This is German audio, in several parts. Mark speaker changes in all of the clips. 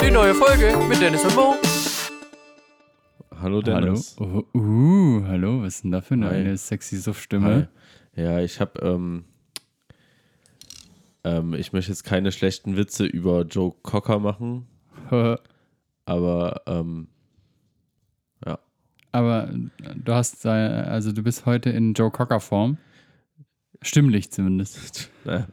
Speaker 1: Folge mit Dennis und Mo.
Speaker 2: Hallo
Speaker 3: Hallo.
Speaker 2: Dennis.
Speaker 3: Oh, uh, hallo, was ist denn da für eine,
Speaker 2: Hi.
Speaker 3: eine sexy Suff-Stimme?
Speaker 2: Hi. Ja, ich habe, ähm, ähm, ich möchte jetzt keine schlechten Witze über Joe Cocker machen, aber ähm, ja,
Speaker 3: Aber du hast, äh, also du bist heute in Joe Cocker-Form. Stimmlich zumindest.
Speaker 2: naja.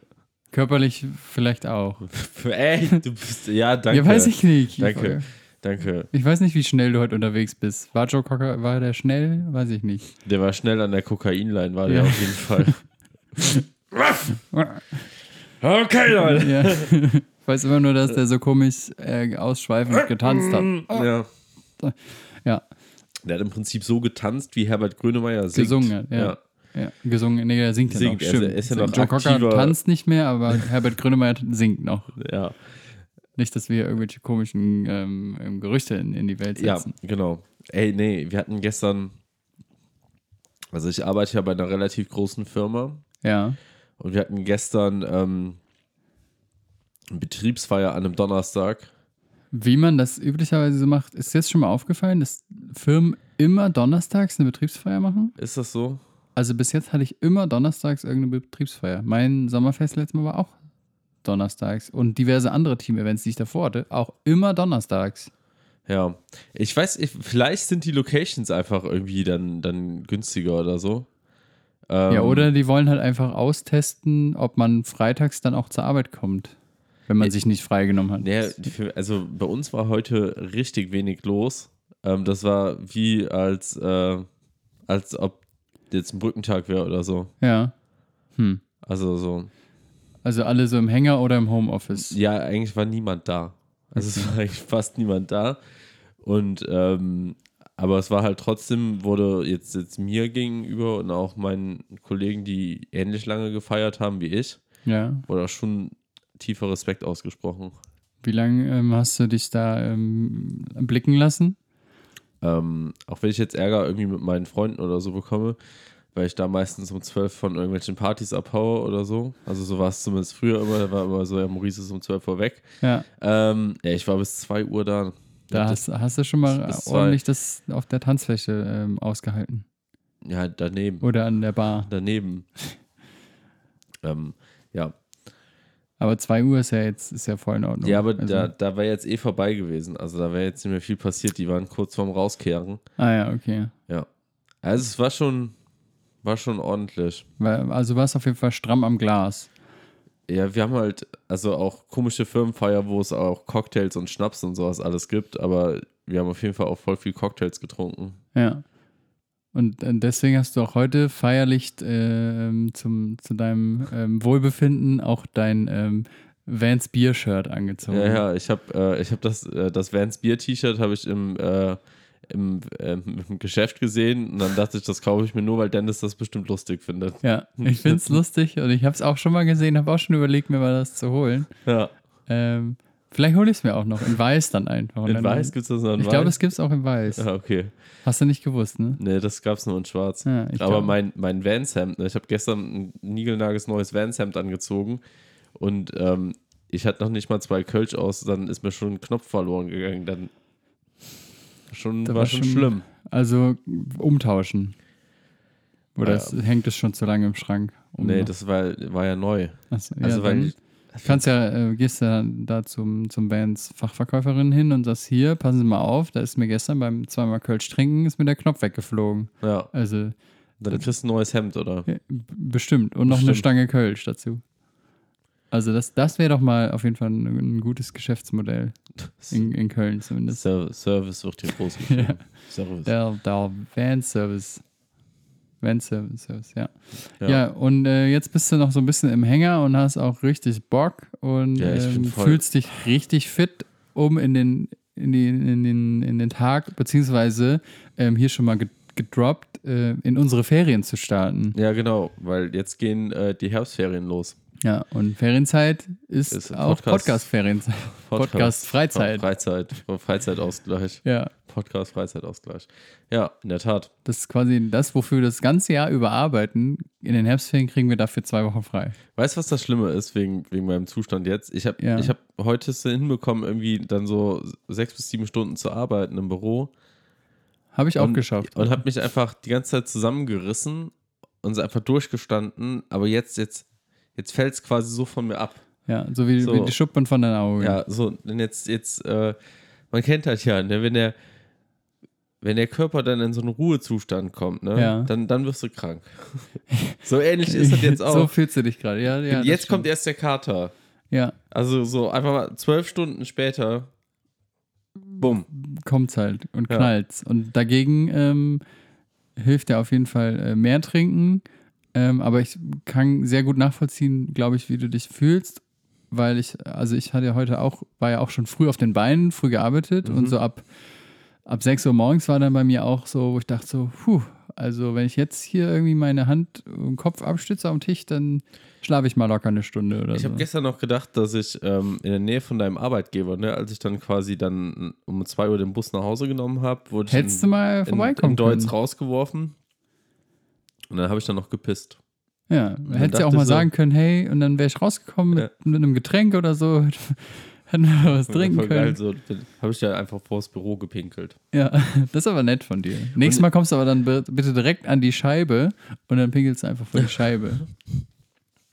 Speaker 3: Körperlich vielleicht auch.
Speaker 2: Ey, du bist, ja, danke.
Speaker 3: Ja, weiß ich nicht.
Speaker 2: Danke. Danke.
Speaker 3: Ich weiß nicht, wie schnell du heute unterwegs bist. War Joe Cocker, war der schnell? Weiß ich nicht.
Speaker 2: Der war schnell an der Kokainline, war der auf jeden Fall. okay, Leute.
Speaker 3: Ja. Ich weiß immer nur, dass der so komisch äh, ausschweifend getanzt hat.
Speaker 2: Ja.
Speaker 3: Ja,
Speaker 2: Der hat im Prinzip so getanzt, wie Herbert Grönemeyer singt.
Speaker 3: gesungen hat. Ja. Ja. gesungen. Nee, er singt,
Speaker 2: Singt,
Speaker 3: ja
Speaker 2: er
Speaker 3: noch. Stimmt.
Speaker 2: ist ja noch
Speaker 3: Joe Cocker
Speaker 2: aktiver-
Speaker 3: tanzt nicht mehr, aber Herbert Grönemeyer singt noch.
Speaker 2: ja.
Speaker 3: Nicht, dass wir hier irgendwelche komischen ähm, ähm, Gerüchte in, in die Welt
Speaker 2: Ja,
Speaker 3: setzen.
Speaker 2: genau. Ey, nee, wir hatten gestern, also ich arbeite ja bei einer relativ großen Firma
Speaker 3: Ja.
Speaker 2: und wir hatten gestern ähm, eine Betriebsfeier an einem Donnerstag.
Speaker 3: Wie man das üblicherweise so macht, ist jetzt schon mal aufgefallen, dass Firmen immer donnerstags eine Betriebsfeier machen?
Speaker 2: Ist das so?
Speaker 3: Also bis jetzt hatte ich immer donnerstags irgendeine Betriebsfeier. Mein Sommerfest letztes Mal war auch donnerstags und diverse andere Team-Events, die ich davor hatte, auch immer donnerstags.
Speaker 2: Ja. Ich weiß, ich, vielleicht sind die Locations einfach irgendwie dann, dann günstiger oder so. Ähm,
Speaker 3: ja, oder die wollen halt einfach austesten, ob man freitags dann auch zur Arbeit kommt, wenn man sich nicht freigenommen hat.
Speaker 2: Nee, für, also bei uns war heute richtig wenig los. Ähm, das war wie als, äh, als ob jetzt ein Brückentag wäre oder so.
Speaker 3: Ja. Hm.
Speaker 2: Also so.
Speaker 3: Also alle so im Hänger oder im Homeoffice.
Speaker 2: Ja, eigentlich war niemand da. Also es war eigentlich fast niemand da. Und ähm, aber es war halt trotzdem, wurde jetzt, jetzt mir gegenüber und auch meinen Kollegen, die ähnlich lange gefeiert haben wie ich,
Speaker 3: Ja.
Speaker 2: wurde auch schon tiefer Respekt ausgesprochen.
Speaker 3: Wie lange ähm, hast du dich da ähm, blicken lassen?
Speaker 2: Ähm, auch wenn ich jetzt Ärger irgendwie mit meinen Freunden oder so bekomme, weil ich da meistens um 12 von irgendwelchen Partys abhaue oder so. Also so war es zumindest früher immer, da war immer so, ja, Maurice ist um 12 Uhr weg.
Speaker 3: Ja,
Speaker 2: Ähm, ja, ich war bis 2 Uhr da.
Speaker 3: da
Speaker 2: Ja,
Speaker 3: hast, hast du schon mal
Speaker 2: bis zwei.
Speaker 3: ordentlich das auf der Tanzfläche ähm, ausgehalten.
Speaker 2: ja, daneben.
Speaker 3: Oder an der Bar.
Speaker 2: daneben. ähm, ja.
Speaker 3: Aber 2 Uhr ist ja jetzt ist ja voll in Ordnung.
Speaker 2: ja, aber
Speaker 3: also,
Speaker 2: da, da wäre jetzt eh vorbei gewesen. Also da wäre jetzt nicht mehr viel passiert. Die waren kurz vorm Rauskehren.
Speaker 3: Ah ja, okay.
Speaker 2: Ja. Also es war schon, war schon ordentlich.
Speaker 3: Weil- Also warst auf jeden Fall stramm am Glas.
Speaker 2: Ja, wir haben halt also auch komische Firmenfeier, wo es auch Cocktails und Schnaps und sowas alles gibt. Aber wir haben auf jeden Fall auch voll viel Cocktails getrunken.
Speaker 3: Ja. Und äh, deswegen hast du auch heute feierlich ähm, zum, zu deinem ähm, Wohlbefinden auch dein ähm, Vans Bier-Shirt angezogen.
Speaker 2: Ja, ja, ich habe äh, ich hab das, äh, das Vans Bier T-Shirt habe ich im, äh, im, ähm, im Geschäft gesehen und dann dachte ich, das kaufe ich mir nur, weil Dennis das bestimmt lustig findet.
Speaker 3: Ja, ich finde es lustig und ich habe es auch schon mal gesehen, habe auch schon überlegt, mir mal das zu holen.
Speaker 2: Ja.
Speaker 3: Ähm, vielleicht hole ich es mir auch noch in weiß dann einfach. Und
Speaker 2: In
Speaker 3: dann,
Speaker 2: weiß gibt es das noch in
Speaker 3: Ich glaube,
Speaker 2: weiß?
Speaker 3: es gibt es auch in weiß.
Speaker 2: Ah, okay.
Speaker 3: Hast du nicht gewusst, ne?
Speaker 2: Nee, das gab es nur in schwarz.
Speaker 3: Ja, ich
Speaker 2: Aber
Speaker 3: glaub-
Speaker 2: mein, mein Vans-Hemd, ne? ich habe gestern ein niegelnages neues Vans-Hemd angezogen und ähm, ich hatte noch nicht mal zwei Kölsch aus, dann ist mir schon ein Knopf verloren gegangen. Dann schon,
Speaker 3: Da
Speaker 2: war,
Speaker 3: war
Speaker 2: schon
Speaker 3: schon-
Speaker 2: schlimm.
Speaker 3: Also umtauschen. Oder
Speaker 2: Ja.
Speaker 3: es, hängt es schon zu lange im Schrank? Um
Speaker 2: Nee, das war, war ja neu.
Speaker 3: also, ja,
Speaker 2: Also, weil
Speaker 3: dann kannst ja, äh, gehst ja da zum, zum Vans Fachverkäuferin hin und sagst, hier, passen Sie mal auf, da ist mir gestern beim zweimal Kölsch trinken, ist mir der Knopf weggeflogen.
Speaker 2: Ja,
Speaker 3: Also
Speaker 2: dann kriegst du ein neues Hemd, oder?
Speaker 3: Ja, b- Bestimmt. Und noch eine
Speaker 2: Bestimmt.
Speaker 3: Stange Kölsch dazu. Also das, das wäre doch mal auf jeden Fall ein, ein gutes Geschäftsmodell in, in Köln zumindest.
Speaker 2: Ser- Service wird hier groß geschrieben.
Speaker 3: Ja.
Speaker 2: Service.
Speaker 3: Der, der Van-Service. Van-Service, ja.
Speaker 2: Ja.
Speaker 3: ja. und äh, jetzt bist du noch so ein bisschen im Hänger und hast auch richtig Bock und
Speaker 2: Ja, ich bin
Speaker 3: ähm,
Speaker 2: voll-
Speaker 3: fühlst dich richtig fit, um in den, in den, in den, in den Tag, beziehungsweise ähm, hier schon mal ge- gedroppt, äh, in unsere Ferien zu starten.
Speaker 2: Ja, genau, weil jetzt gehen äh, die Herbstferien los.
Speaker 3: Ja, und Ferienzeit ist,
Speaker 2: Ist
Speaker 3: auch
Speaker 2: Podcast-
Speaker 3: Podcast-Ferienzeit. Podcast-Freizeit.
Speaker 2: Freizeit, Freizeitausgleich.
Speaker 3: ja.
Speaker 2: Podcast Freizeitausgleich. Ja, in der Tat.
Speaker 3: Das ist quasi das, wofür wir das ganze Jahr über arbeiten. In den Herbstferien kriegen wir dafür zwei Wochen frei.
Speaker 2: Weißt du, was das Schlimme ist wegen, wegen meinem Zustand jetzt? Ich habe
Speaker 3: Ja.
Speaker 2: ich hab heute es hinbekommen, irgendwie dann so sechs bis sieben Stunden zu arbeiten im Büro.
Speaker 3: Habe ich auch
Speaker 2: und,
Speaker 3: geschafft.
Speaker 2: Und habe mich einfach die ganze Zeit zusammengerissen und so einfach durchgestanden. Aber jetzt, jetzt, jetzt fällt es quasi so von mir ab.
Speaker 3: ja, so wie,
Speaker 2: so.
Speaker 3: wie die Schuppen von deinen Augen.
Speaker 2: Ja, so, denn jetzt, jetzt, äh, man kennt das ja, ne? wenn der, wenn der Körper dann in so einen Ruhezustand kommt, ne?
Speaker 3: Ja.
Speaker 2: dann, dann wirst du krank. so ähnlich ist das jetzt
Speaker 3: So
Speaker 2: auch.
Speaker 3: fühlst du dich gerade. Ja, ja, das
Speaker 2: jetzt
Speaker 3: stimmt.
Speaker 2: kommt erst der Kater.
Speaker 3: Ja,
Speaker 2: Also so einfach mal zwölf Stunden später, bumm.
Speaker 3: kommt's halt und
Speaker 2: Ja.
Speaker 3: knallt's. Und dagegen ähm, hilft ja auf jeden Fall äh, mehr trinken. Ähm, aber ich kann sehr gut nachvollziehen, glaube ich, wie du dich fühlst, weil ich, also ich hatte ja heute auch, war ja auch schon früh auf den Beinen, früh gearbeitet
Speaker 2: Mhm.
Speaker 3: und so ab, ab 6 Uhr morgens war dann bei mir auch so, wo ich dachte so, puh, also wenn ich jetzt hier irgendwie meine Hand und Kopf abstütze am Tisch, dann schlafe ich mal locker eine Stunde oder
Speaker 2: Ich
Speaker 3: so.
Speaker 2: habe gestern noch gedacht, dass ich ähm, in der Nähe von deinem Arbeitgeber, ne, als ich dann quasi dann um 2 Uhr den Bus nach Hause genommen habe, wurde ich
Speaker 3: Hättest du
Speaker 2: in,
Speaker 3: mal
Speaker 2: in, in
Speaker 3: vorbeikommen
Speaker 2: Deutsch
Speaker 3: können.
Speaker 2: rausgeworfen. Und dann habe ich dann noch gepisst.
Speaker 3: Ja, hättest ja auch
Speaker 2: dachte
Speaker 3: mal
Speaker 2: so-
Speaker 3: sagen können, hey, und dann wäre ich rausgekommen
Speaker 2: Ja.
Speaker 3: mit, mit einem Getränk oder so. Hätten wir was trinken
Speaker 2: Voll geil,
Speaker 3: können.
Speaker 2: So, Also, habe ich ja einfach vors Büro gepinkelt.
Speaker 3: Ja, das ist aber nett von dir. Nächstes Mal kommst du aber dann bi- bitte direkt an die Scheibe und dann pinkelst du einfach vor die Scheibe.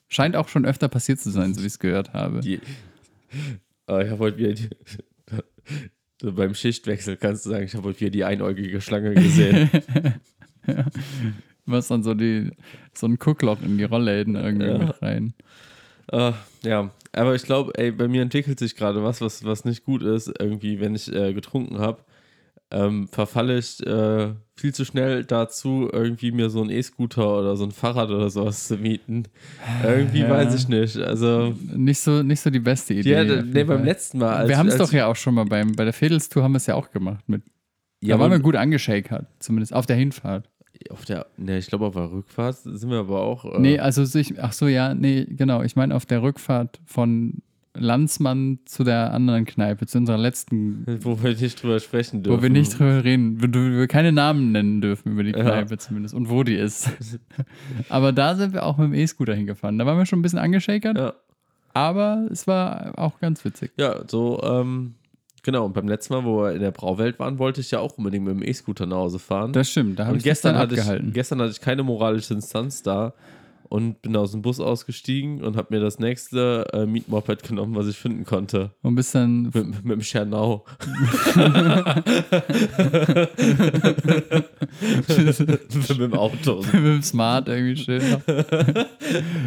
Speaker 3: Scheint auch schon öfter passiert zu sein, so wie ich es gehört habe.
Speaker 2: Die, äh, ich habe heute wieder die, so beim Schichtwechsel kannst du sagen, ich habe heute wieder die einäugige Schlange gesehen.
Speaker 3: Was dann so die so ein Kuckloch in die Rollläden irgendwie
Speaker 2: Ja.
Speaker 3: mit rein.
Speaker 2: äh, ja, aber ich glaube, ey, bei mir entwickelt sich gerade was, was, was nicht gut ist. Irgendwie, wenn ich äh, getrunken habe, ähm, verfalle ich äh, viel zu schnell dazu, irgendwie mir so einen E-Scooter oder so ein Fahrrad oder sowas zu mieten. Irgendwie
Speaker 3: Ah, Ja.
Speaker 2: weiß ich nicht. Also,
Speaker 3: Nicht so, nicht so die beste Idee.
Speaker 2: ja,
Speaker 3: auf
Speaker 2: nee,
Speaker 3: jeden
Speaker 2: beim
Speaker 3: Fall.
Speaker 2: letzten Mal. als-
Speaker 3: wir haben es
Speaker 2: als-
Speaker 3: doch ja auch schon mal beim, bei der Fädelstour haben wir es ja auch gemacht mit.
Speaker 2: Ja,
Speaker 3: da waren
Speaker 2: aber-
Speaker 3: wir gut angeschakert, zumindest auf der Hinfahrt.
Speaker 2: Auf der, ne, ich glaube, auf der Rückfahrt sind wir aber auch. Äh,
Speaker 3: Nee, also sich, ach so, ja, nee, genau. Ich meine auf der Rückfahrt von Landsmann zu der anderen Kneipe, zu unserer letzten,
Speaker 2: wo wir nicht drüber sprechen dürfen.
Speaker 3: wo wir nicht drüber reden, wo wir keine Namen nennen dürfen über die
Speaker 2: Ja.
Speaker 3: Kneipe zumindest und wo die ist. aber da sind wir auch mit dem E-Scooter hingefahren. Da waren wir schon ein bisschen angeschakert,
Speaker 2: Ja,
Speaker 3: aber es war auch ganz witzig.
Speaker 2: ja so, ähm, genau. Und beim letzten Mal, wo wir in der Brauwelt waren, wollte ich ja auch unbedingt mit dem E-Scooter nach Hause fahren.
Speaker 3: Das stimmt, da habe
Speaker 2: und
Speaker 3: ich gestern
Speaker 2: gestern hatte
Speaker 3: abgehalten.
Speaker 2: ich, gestern hatte ich keine moralische Instanz da und bin aus dem Bus ausgestiegen und habe mir das nächste äh, Mietmoped genommen, was ich finden konnte.
Speaker 3: und bist dann
Speaker 2: Mit, mit dem Schernau. mit dem Auto.
Speaker 3: mit dem Smart irgendwie schön.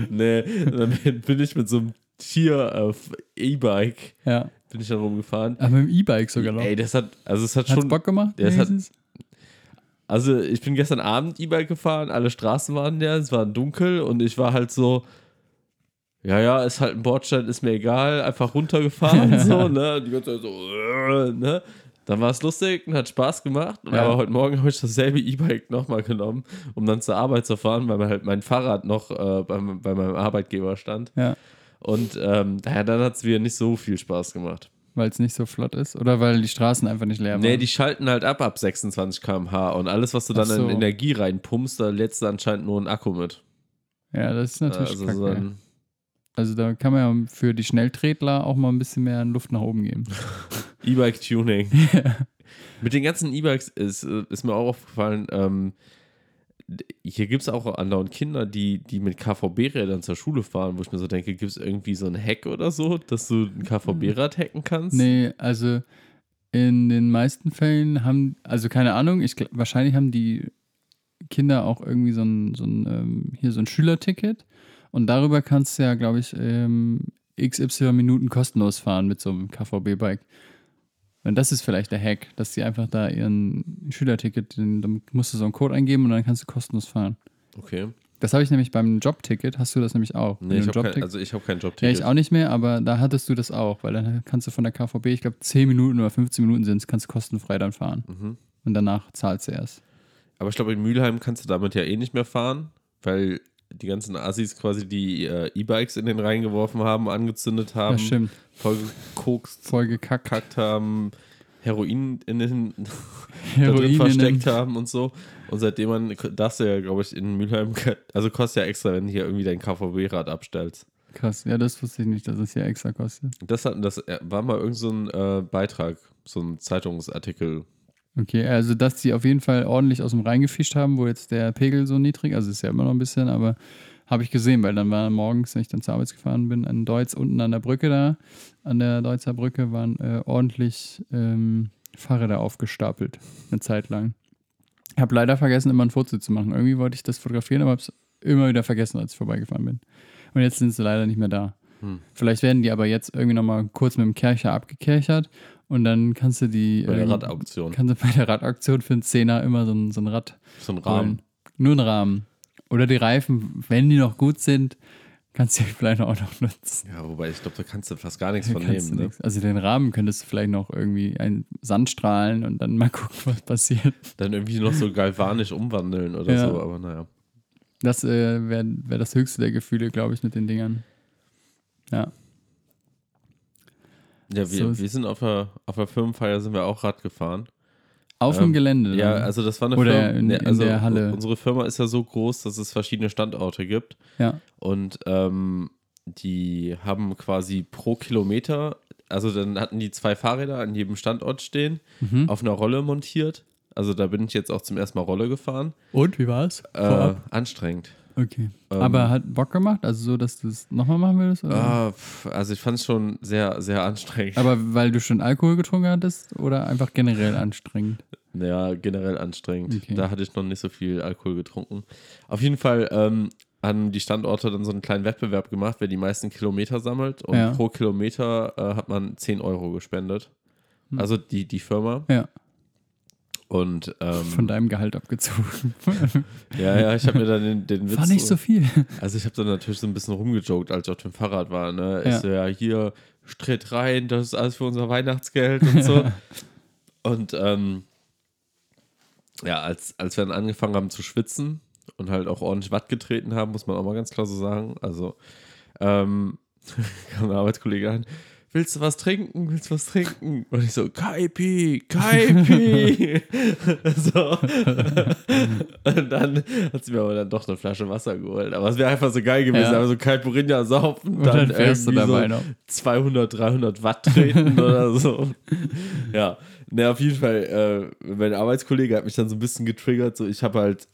Speaker 2: Nee, dann bin- bin ich mit so einem Tier auf E-Bike
Speaker 3: Ja.
Speaker 2: bin ich dann rumgefahren.
Speaker 3: Aber mit dem E-Bike sogar noch.
Speaker 2: Ey, das hat also es hat
Speaker 3: genau. Hat's
Speaker 2: schon
Speaker 3: Bock gemacht?
Speaker 2: Ja, es hat-
Speaker 3: wenigstens?
Speaker 2: also ich bin gestern Abend E-Bike gefahren, alle Straßen waren leer, es war dunkel und ich war halt so ja, ja, ist halt ein Bordstein, ist mir egal, einfach runtergefahren so, ne? Die ganze Zeit so äh, ne? Dann war es lustig und hat Spaß gemacht,
Speaker 3: Ja.
Speaker 2: aber heute Morgen habe ich dasselbe E-Bike nochmal genommen, um dann zur Arbeit zu fahren, weil halt mein Fahrrad noch äh, bei, bei meinem Arbeitgeber stand.
Speaker 3: ja.
Speaker 2: Und ähm, daher dann hat es wieder nicht so viel Spaß gemacht.
Speaker 3: Weil es nicht so flott ist? Oder weil die Straßen einfach nicht leer waren?
Speaker 2: nee, die schalten halt ab ab 26 km/h und alles, was du dann
Speaker 3: Ach so.
Speaker 2: in Energie reinpumpst, da lädst du anscheinend nur einen Akku mit.
Speaker 3: ja, das ist natürlich
Speaker 2: Also,
Speaker 3: kacke.
Speaker 2: so ein,
Speaker 3: also da kann man ja für die Schnelltretler auch mal ein bisschen mehr Luft nach oben geben.
Speaker 2: E-Bike-Tuning. Mit den ganzen E-Bikes ist, äh, ist mir auch aufgefallen, ähm, d- hier gibt es auch andauernd Kinder, die, die mit KVB-Rädern zur Schule fahren, wo ich mir so denke, gibt es irgendwie so ein Hack oder so, dass du ein KVB-Rad hacken kannst?
Speaker 3: nee, also in den meisten Fällen haben, also keine Ahnung, ich, gl- wahrscheinlich haben die Kinder auch irgendwie so ein, so ein ähm, hier so ein Schülerticket und darüber kannst du ja, glaube ich, ähm, XY Minuten kostenlos fahren mit so einem KVB-Bike. Und das ist vielleicht der Hack, dass die einfach da ihren Schülerticket, den, dann musst du so einen Code eingeben und dann kannst du kostenlos fahren.
Speaker 2: Okay.
Speaker 3: Das habe ich nämlich beim Jobticket, hast du das nämlich auch?
Speaker 2: Nee,
Speaker 3: Wenn
Speaker 2: ich
Speaker 3: du
Speaker 2: hab
Speaker 3: ein
Speaker 2: kein,
Speaker 3: Jobticket-
Speaker 2: also ich habe keinen
Speaker 3: ja,
Speaker 2: Jobticket.
Speaker 3: ich auch nicht mehr, aber da hattest du das auch, weil dann kannst du von der KVB, ich glaube 10 Minuten oder 15 Minuten sind es, kannst du kostenfrei dann fahren.
Speaker 2: Mhm.
Speaker 3: Und danach zahlst du erst.
Speaker 2: Aber ich glaube, in Mülheim kannst du damit ja eh nicht mehr fahren, weil die ganzen Assis quasi die äh, E-Bikes in den Rhein Ähm, geworfen haben, angezündet haben,
Speaker 3: das stimmt.
Speaker 2: vollgekokst,
Speaker 3: Voll gekackt.
Speaker 2: gekackt haben, Heroininnen da drin
Speaker 3: Heroin
Speaker 2: versteckt haben und so. Und seitdem man, darfst du ja, glaube ich, in Mülheim, ke- also kostet ja extra, wenn du hier irgendwie dein KVB-Rad abstellst.
Speaker 3: Krass, ja, das wusste ich nicht, dass es hier extra kostet.
Speaker 2: Das, hat, das äh, war mal irgend so ein äh, Beitrag, so ein Zeitungsartikel.
Speaker 3: Okay, also dass die auf jeden Fall ordentlich aus dem Rhein gefischt haben, wo jetzt der Pegel so niedrig, also ist ja immer noch ein bisschen, aber habe ich gesehen, weil dann war morgens, wenn ich dann zur Arbeit gefahren bin, an Deutz unten an der Brücke da, an der Deutzer Brücke waren äh, ordentlich ähm, Fahrräder aufgestapelt, eine Zeit lang. Ich habe leider vergessen, immer ein Foto zu machen. Irgendwie wollte ich das fotografieren, aber habe es immer wieder vergessen, als ich vorbeigefahren bin. Und jetzt sind sie leider nicht mehr da.
Speaker 2: Hm.
Speaker 3: Vielleicht werden die aber jetzt irgendwie nochmal kurz mit dem Kercher abgekerchert und dann kannst du die
Speaker 2: Bei der
Speaker 3: ähm,
Speaker 2: Radauktion.
Speaker 3: Kannst du bei der Radaktion für einen Zehner immer so ein, so ein Rad
Speaker 2: So ein Rahmen.
Speaker 3: holen. Nur einen Rahmen. Oder die Reifen, wenn die noch gut sind, kannst du die vielleicht auch noch nutzen.
Speaker 2: Ja, wobei ich glaube, da kannst du fast gar nichts
Speaker 3: Da
Speaker 2: von
Speaker 3: kannst
Speaker 2: nehmen.
Speaker 3: du
Speaker 2: Ne?
Speaker 3: nix- Also den Rahmen könntest du vielleicht noch irgendwie einen Sand strahlen und dann mal gucken, was passiert.
Speaker 2: Dann irgendwie noch so galvanisch umwandeln oder
Speaker 3: Ja.
Speaker 2: so, aber naja.
Speaker 3: Das äh, wäre wär das höchste der Gefühle, glaube ich, mit den Dingern. Ja.
Speaker 2: Ja, wir,
Speaker 3: So ist-
Speaker 2: wir sind auf der, auf der Firmenfeier sind wir auch Rad gefahren.
Speaker 3: Auf
Speaker 2: Ähm,
Speaker 3: dem Gelände.
Speaker 2: Ja,
Speaker 3: dann.
Speaker 2: also das war eine
Speaker 3: Oder
Speaker 2: Firma.
Speaker 3: in-
Speaker 2: ne,
Speaker 3: in
Speaker 2: also
Speaker 3: der Halle.
Speaker 2: Unsere Firma ist ja so groß, dass es verschiedene Standorte gibt.
Speaker 3: ja.
Speaker 2: Und ähm, die haben quasi pro Kilometer, also dann hatten die zwei Fahrräder an jedem Standort stehen,
Speaker 3: Mhm.
Speaker 2: auf einer Rolle montiert. Also da bin ich jetzt auch zum ersten Mal Rolle gefahren.
Speaker 3: Und wie war's?
Speaker 2: Äh,
Speaker 3: Vorab?
Speaker 2: anstrengend.
Speaker 3: Okay.
Speaker 2: ähm,
Speaker 3: Aber hat Bock gemacht? Also so, dass du es nochmal machen würdest? Oder?
Speaker 2: Ah, pf, also ich fand es schon sehr, sehr anstrengend.
Speaker 3: Aber weil du schon Alkohol getrunken hattest oder einfach generell anstrengend?
Speaker 2: Ja, generell anstrengend.
Speaker 3: Okay.
Speaker 2: Da hatte ich noch nicht so viel Alkohol getrunken. Auf jeden Fall ähm, haben die Standorte dann so einen kleinen Wettbewerb gemacht, wer die meisten Kilometer sammelt. Und
Speaker 3: Ja.
Speaker 2: pro Kilometer äh, hat man 10 Euro gespendet.
Speaker 3: Hm.
Speaker 2: Also die, die Firma.
Speaker 3: Ja.
Speaker 2: Und ähm,
Speaker 3: Von deinem Gehalt abgezogen.
Speaker 2: ja, ja, ich habe mir dann den, den Witz.
Speaker 3: War nicht so viel.
Speaker 2: Also ich habe dann natürlich so ein bisschen rumgejoked, als ich auf dem Fahrrad war. Ne? Ja.
Speaker 3: Ja.
Speaker 2: Ich so, ja, hier, stritt rein, das ist alles für unser Weihnachtsgeld und so. und ähm, ja, als, als wir dann angefangen haben zu schwitzen und halt auch ordentlich Watt getreten haben, muss man auch mal ganz klar so sagen. Also ähm, kam ein Arbeitskollege an, willst du was trinken, willst du was trinken? Und ich so, Kaipi, Kaipi. so. Und dann hat sie mir aber dann doch eine Flasche Wasser geholt. Aber es wäre einfach so geil gewesen,
Speaker 3: Ja.
Speaker 2: aber so Kalpurinja saufen,
Speaker 3: Und dann
Speaker 2: dann,
Speaker 3: fährst du
Speaker 2: irgendwie
Speaker 3: dabei
Speaker 2: so
Speaker 3: noch.
Speaker 2: 200, 300 Watt treten oder so. Ja, ne, auf jeden Fall, äh, mein Arbeitskollege hat mich dann so ein bisschen getriggert. So, ich habe halt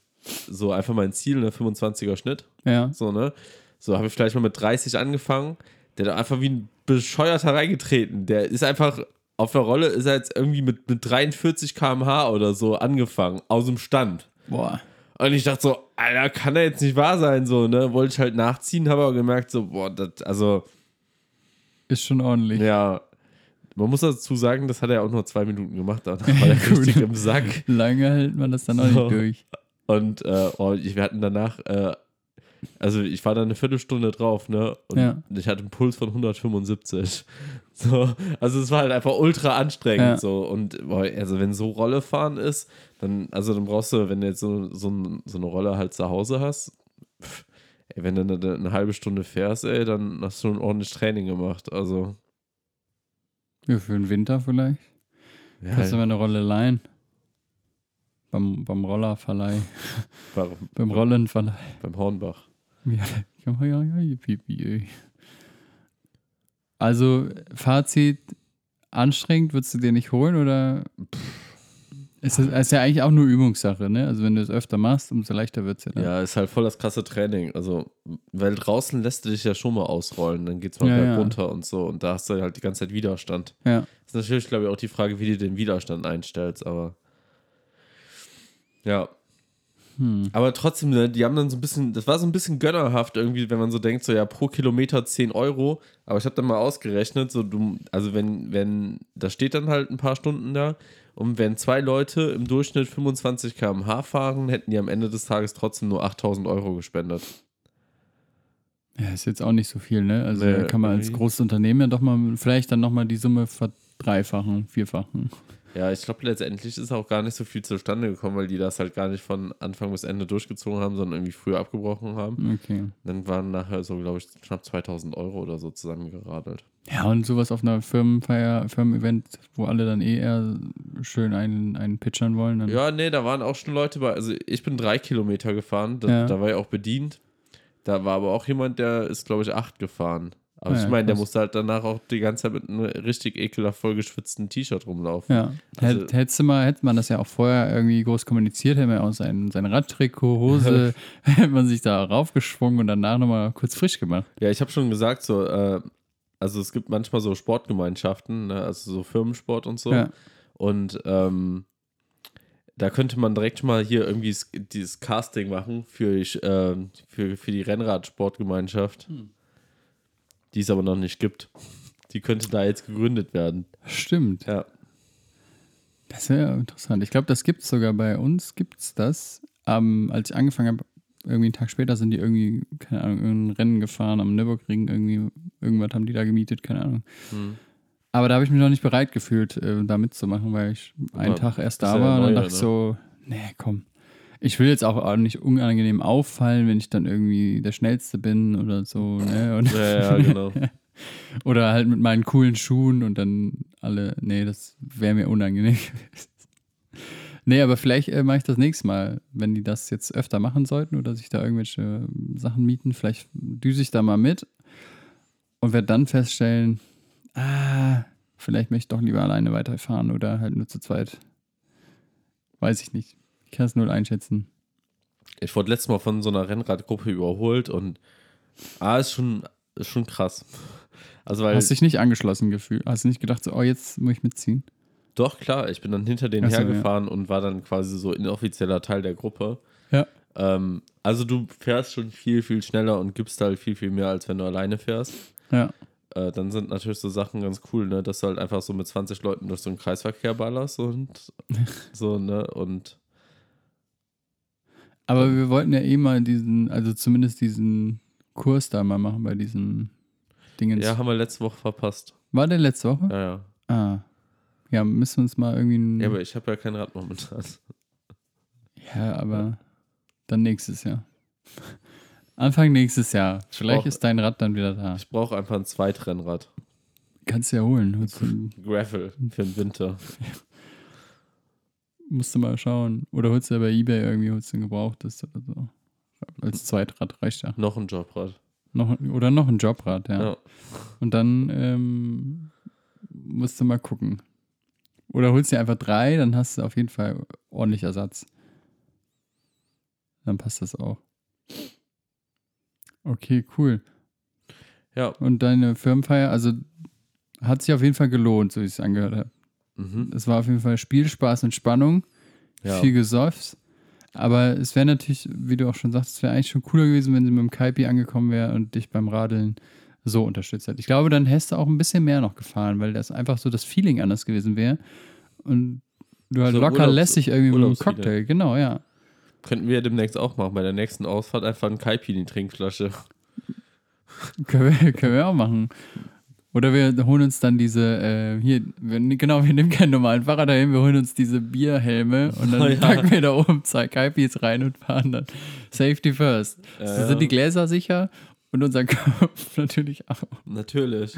Speaker 2: so einfach mein Ziel, ne, 25er Schnitt.
Speaker 3: Ja.
Speaker 2: So, ne? So habe ich vielleicht mal mit 30 angefangen. Der hat einfach wie ein bescheuerter reingetreten. Der ist einfach auf der Rolle, ist er jetzt irgendwie mit, mit 43 km/h oder so angefangen, aus dem Stand.
Speaker 3: Boah.
Speaker 2: Und ich dachte so, Alter, kann er jetzt nicht wahr sein, so, ne? Wollte ich halt nachziehen, habe aber gemerkt, so, boah, das, also,
Speaker 3: Ist schon ordentlich.
Speaker 2: ja. Man muss dazu sagen, das hat er auch nur zwei Minuten gemacht, dann war er richtig im Sack.
Speaker 3: Lange hält man das dann auch
Speaker 2: So.
Speaker 3: nicht durch.
Speaker 2: Und äh, oh, ich- wir hatten danach, äh, also ich war da eine Viertelstunde drauf, ne? Und
Speaker 3: Ja.
Speaker 2: ich hatte einen Puls von 175. So, also es war halt einfach ultra anstrengend.
Speaker 3: Ja.
Speaker 2: So. Und boah, also wenn so Rolle fahren ist, dann, also dann brauchst du, wenn du jetzt so, so, ein- so eine Rolle halt zu Hause hast, pff, ey, wenn du eine, eine halbe Stunde fährst, ey, dann hast du schon ordentlich Training gemacht. Also.
Speaker 3: Ja, für den Winter vielleicht.
Speaker 2: Ja, halt
Speaker 3: Kannst du mal eine Rolle leihen. Beim, beim Rollerverleih.
Speaker 2: beim,
Speaker 3: Beim Rollenverleih.
Speaker 2: beim Hornbach.
Speaker 3: Ja. Ja, ja, ja, ja, pipi, ey. Also, Fazit: anstrengend würdest du dir nicht holen oder. Ist das ist ja eigentlich auch nur Übungssache, ne? Also, wenn du es öfter machst, umso leichter wird es ja dann.
Speaker 2: Ja, ist halt voll das krasse Training. Also, weil draußen lässt du dich ja schon mal ausrollen, dann geht's mal
Speaker 3: Ja,
Speaker 2: wieder
Speaker 3: ja.
Speaker 2: runter und so. Und da hast du halt die ganze Zeit Widerstand.
Speaker 3: Ja.
Speaker 2: Ist natürlich, glaube ich, auch die Frage, wie du den Widerstand einstellst, aber. Ja.
Speaker 3: Hm.
Speaker 2: Aber trotzdem, ne, die haben dann so ein bisschen, das war so ein bisschen gönnerhaft irgendwie, wenn man so denkt, so ja, pro Kilometer 10 Euro. Aber ich habe dann mal ausgerechnet, so du, also wenn, wenn, da steht dann halt ein paar Stunden da. Und wenn zwei Leute im Durchschnitt 25 km/h fahren, hätten die am Ende des Tages trotzdem nur 8000 Euro gespendet.
Speaker 3: Ja, ist jetzt auch nicht so viel, ne? Also
Speaker 2: Nee,
Speaker 3: da kann man als
Speaker 2: irgendwie.
Speaker 3: großes Unternehmen ja doch mal, vielleicht dann nochmal die Summe verdreifachen, vierfachen.
Speaker 2: Ja, ich glaube, letztendlich ist auch gar nicht so viel zustande gekommen, weil die das halt gar nicht von Anfang bis Ende durchgezogen haben, sondern irgendwie früher abgebrochen haben.
Speaker 3: Okay.
Speaker 2: Dann waren nachher so, glaube ich, knapp 2000 Euro oder so zusammengeradelt.
Speaker 3: Ja, und sowas auf einer Firmenfeier, Firmen-Event, wo alle dann eh eher schön einen, einen pitchern wollen. Dann
Speaker 2: Ja, nee, da waren auch schon Leute bei. Also ich bin drei Kilometer gefahren, da,
Speaker 3: Ja.
Speaker 2: da war ja auch bedient. Da war aber auch jemand, der ist, glaube ich, acht gefahren. Aber
Speaker 3: Ah Ja,
Speaker 2: ich meine, der
Speaker 3: krass.
Speaker 2: musste halt danach auch die ganze Zeit mit einem richtig ekelhaft vollgeschwitzten T-Shirt rumlaufen.
Speaker 3: Ja,
Speaker 2: Also-
Speaker 3: Hätt- hättest du mal, hätte man das ja auch vorher irgendwie groß kommuniziert, hätte man ja auch sein, sein Radtrikot, Hose, hätte man sich da raufgeschwungen und danach nochmal kurz frisch gemacht.
Speaker 2: Ja, ich habe schon gesagt, so, äh, also es gibt manchmal so Sportgemeinschaften, ne, also so Firmensport und so.
Speaker 3: Ja.
Speaker 2: Und ähm, da könnte man direkt schon mal hier irgendwie s- dieses Casting machen für, die, ähm, für, für die Rennradsportgemeinschaft, die es aber noch nicht gibt. Die könnte da jetzt gegründet werden.
Speaker 3: Stimmt.
Speaker 2: Ja.
Speaker 3: Das ist ja interessant. Ich glaube, das gibt es sogar bei uns, gibt es das. Ähm, als ich angefangen habe, irgendwie einen Tag später sind die irgendwie, keine Ahnung, irgendein Rennen gefahren am Nürburgring, irgendwie, irgendwas haben die da gemietet, keine Ahnung.
Speaker 2: Hm.
Speaker 3: Aber da habe ich mich noch nicht bereit gefühlt, äh, da mitzumachen, weil ich einen
Speaker 2: Ja,
Speaker 3: Tag erst
Speaker 2: bist
Speaker 3: da
Speaker 2: ja
Speaker 3: war und dann
Speaker 2: neu,
Speaker 3: dachte ich
Speaker 2: ne?
Speaker 3: so, nee, komm. Ich will jetzt auch auch nicht unangenehm auffallen, wenn ich dann irgendwie der Schnellste bin oder so, ne? Und
Speaker 2: Ja, ja, genau.
Speaker 3: oder halt mit meinen coolen Schuhen und dann alle. Nee, das wäre mir unangenehm. nee, aber vielleicht äh, mache ich das nächstes Mal, wenn die das jetzt öfter machen sollten oder sich da irgendwelche ähm, Sachen mieten. Vielleicht düse ich da mal mit und werde dann feststellen, ah, vielleicht möchte ich doch lieber alleine weiterfahren oder halt nur zu zweit. Weiß ich nicht. Ich kann es null einschätzen.
Speaker 2: Ich wurde letztes Mal von so einer Rennradgruppe überholt und ah, ist schon, ist schon krass. Also weil
Speaker 3: Hast dich nicht angeschlossen gefühlt? Hast du nicht gedacht, so, oh, jetzt muss ich mitziehen?
Speaker 2: Doch, klar. Ich bin dann hinter denen
Speaker 3: Ach so,
Speaker 2: hergefahren und war dann quasi so inoffizieller Teil der Gruppe.
Speaker 3: Ja.
Speaker 2: Ähm, also du fährst schon viel, viel schneller und gibst halt viel, viel mehr, als wenn du alleine fährst.
Speaker 3: Ja.
Speaker 2: Äh, dann sind natürlich so Sachen ganz cool, ne? dass du halt einfach so mit 20 Leuten durch so einen Kreisverkehr ballerst und so, ne? Und
Speaker 3: Aber wir wollten ja eh mal diesen, also zumindest diesen Kurs da mal machen bei diesen Dingens.
Speaker 2: ja, haben wir letzte Woche verpasst.
Speaker 3: War der letzte Woche?
Speaker 2: Ja, ja.
Speaker 3: Ah. Ja, müssen wir uns mal irgendwie. Ein,
Speaker 2: Ja, aber ich habe ja kein Rad momentan.
Speaker 3: ja, aber dann nächstes Jahr. Anfang nächstes Jahr. Vielleicht
Speaker 2: brauch-
Speaker 3: ist dein Rad dann wieder da.
Speaker 2: Ich brauche einfach ein Zweitrennrad.
Speaker 3: Kannst du ja holen. Holst du-
Speaker 2: Gravel für den Winter.
Speaker 3: Musst du mal schauen. Oder holst du ja bei Ebay irgendwie, holst du ein gebrauchtes oder so. Als Zweitrad reicht ja.
Speaker 2: Noch ein Jobrad.
Speaker 3: Noch, oder noch ein Jobrad, ja.
Speaker 2: Ja.
Speaker 3: Und dann ähm, musst du mal gucken. Oder holst dir einfach drei, dann hast du auf jeden Fall ordentlich Ersatz. Dann passt das auch. Okay, cool.
Speaker 2: Ja.
Speaker 3: Und deine Firmenfeier, also hat sich auf jeden Fall gelohnt, so wie ich es angehört habe.
Speaker 2: Mhm.
Speaker 3: Es war auf jeden Fall Spiel, Spaß und Spannung,
Speaker 2: ja.
Speaker 3: viel Gesäufs. Aber es wäre natürlich, wie du auch schon sagst, es wäre eigentlich schon cooler gewesen, wenn sie mit dem Kaipi angekommen wäre und dich beim Radeln so unterstützt hätte. Ich glaube, dann hättest du auch ein bisschen mehr noch gefahren, weil das einfach so das Feeling anders gewesen wäre. Und du halt
Speaker 2: So
Speaker 3: locker
Speaker 2: Urlaubs-
Speaker 3: lässig irgendwie mit einem
Speaker 2: Urlaubsfeeling.
Speaker 3: Cocktail, genau, ja.
Speaker 2: Könnten wir demnächst auch machen. Bei der nächsten Ausfahrt einfach ein Kaipi in die Trinkflasche.
Speaker 3: Können wir, können wir auch machen. Oder wir holen uns dann diese, äh, hier, wir, genau, wir nehmen keinen normalen Fahrer dahin, wir holen uns diese Bierhelme und dann
Speaker 2: Oh ja.
Speaker 3: packen wir da oben zwei Kaipis rein und fahren dann. Safety first.
Speaker 2: Ja.
Speaker 3: So sind die Gläser sicher und unser Kopf natürlich auch.
Speaker 2: Natürlich.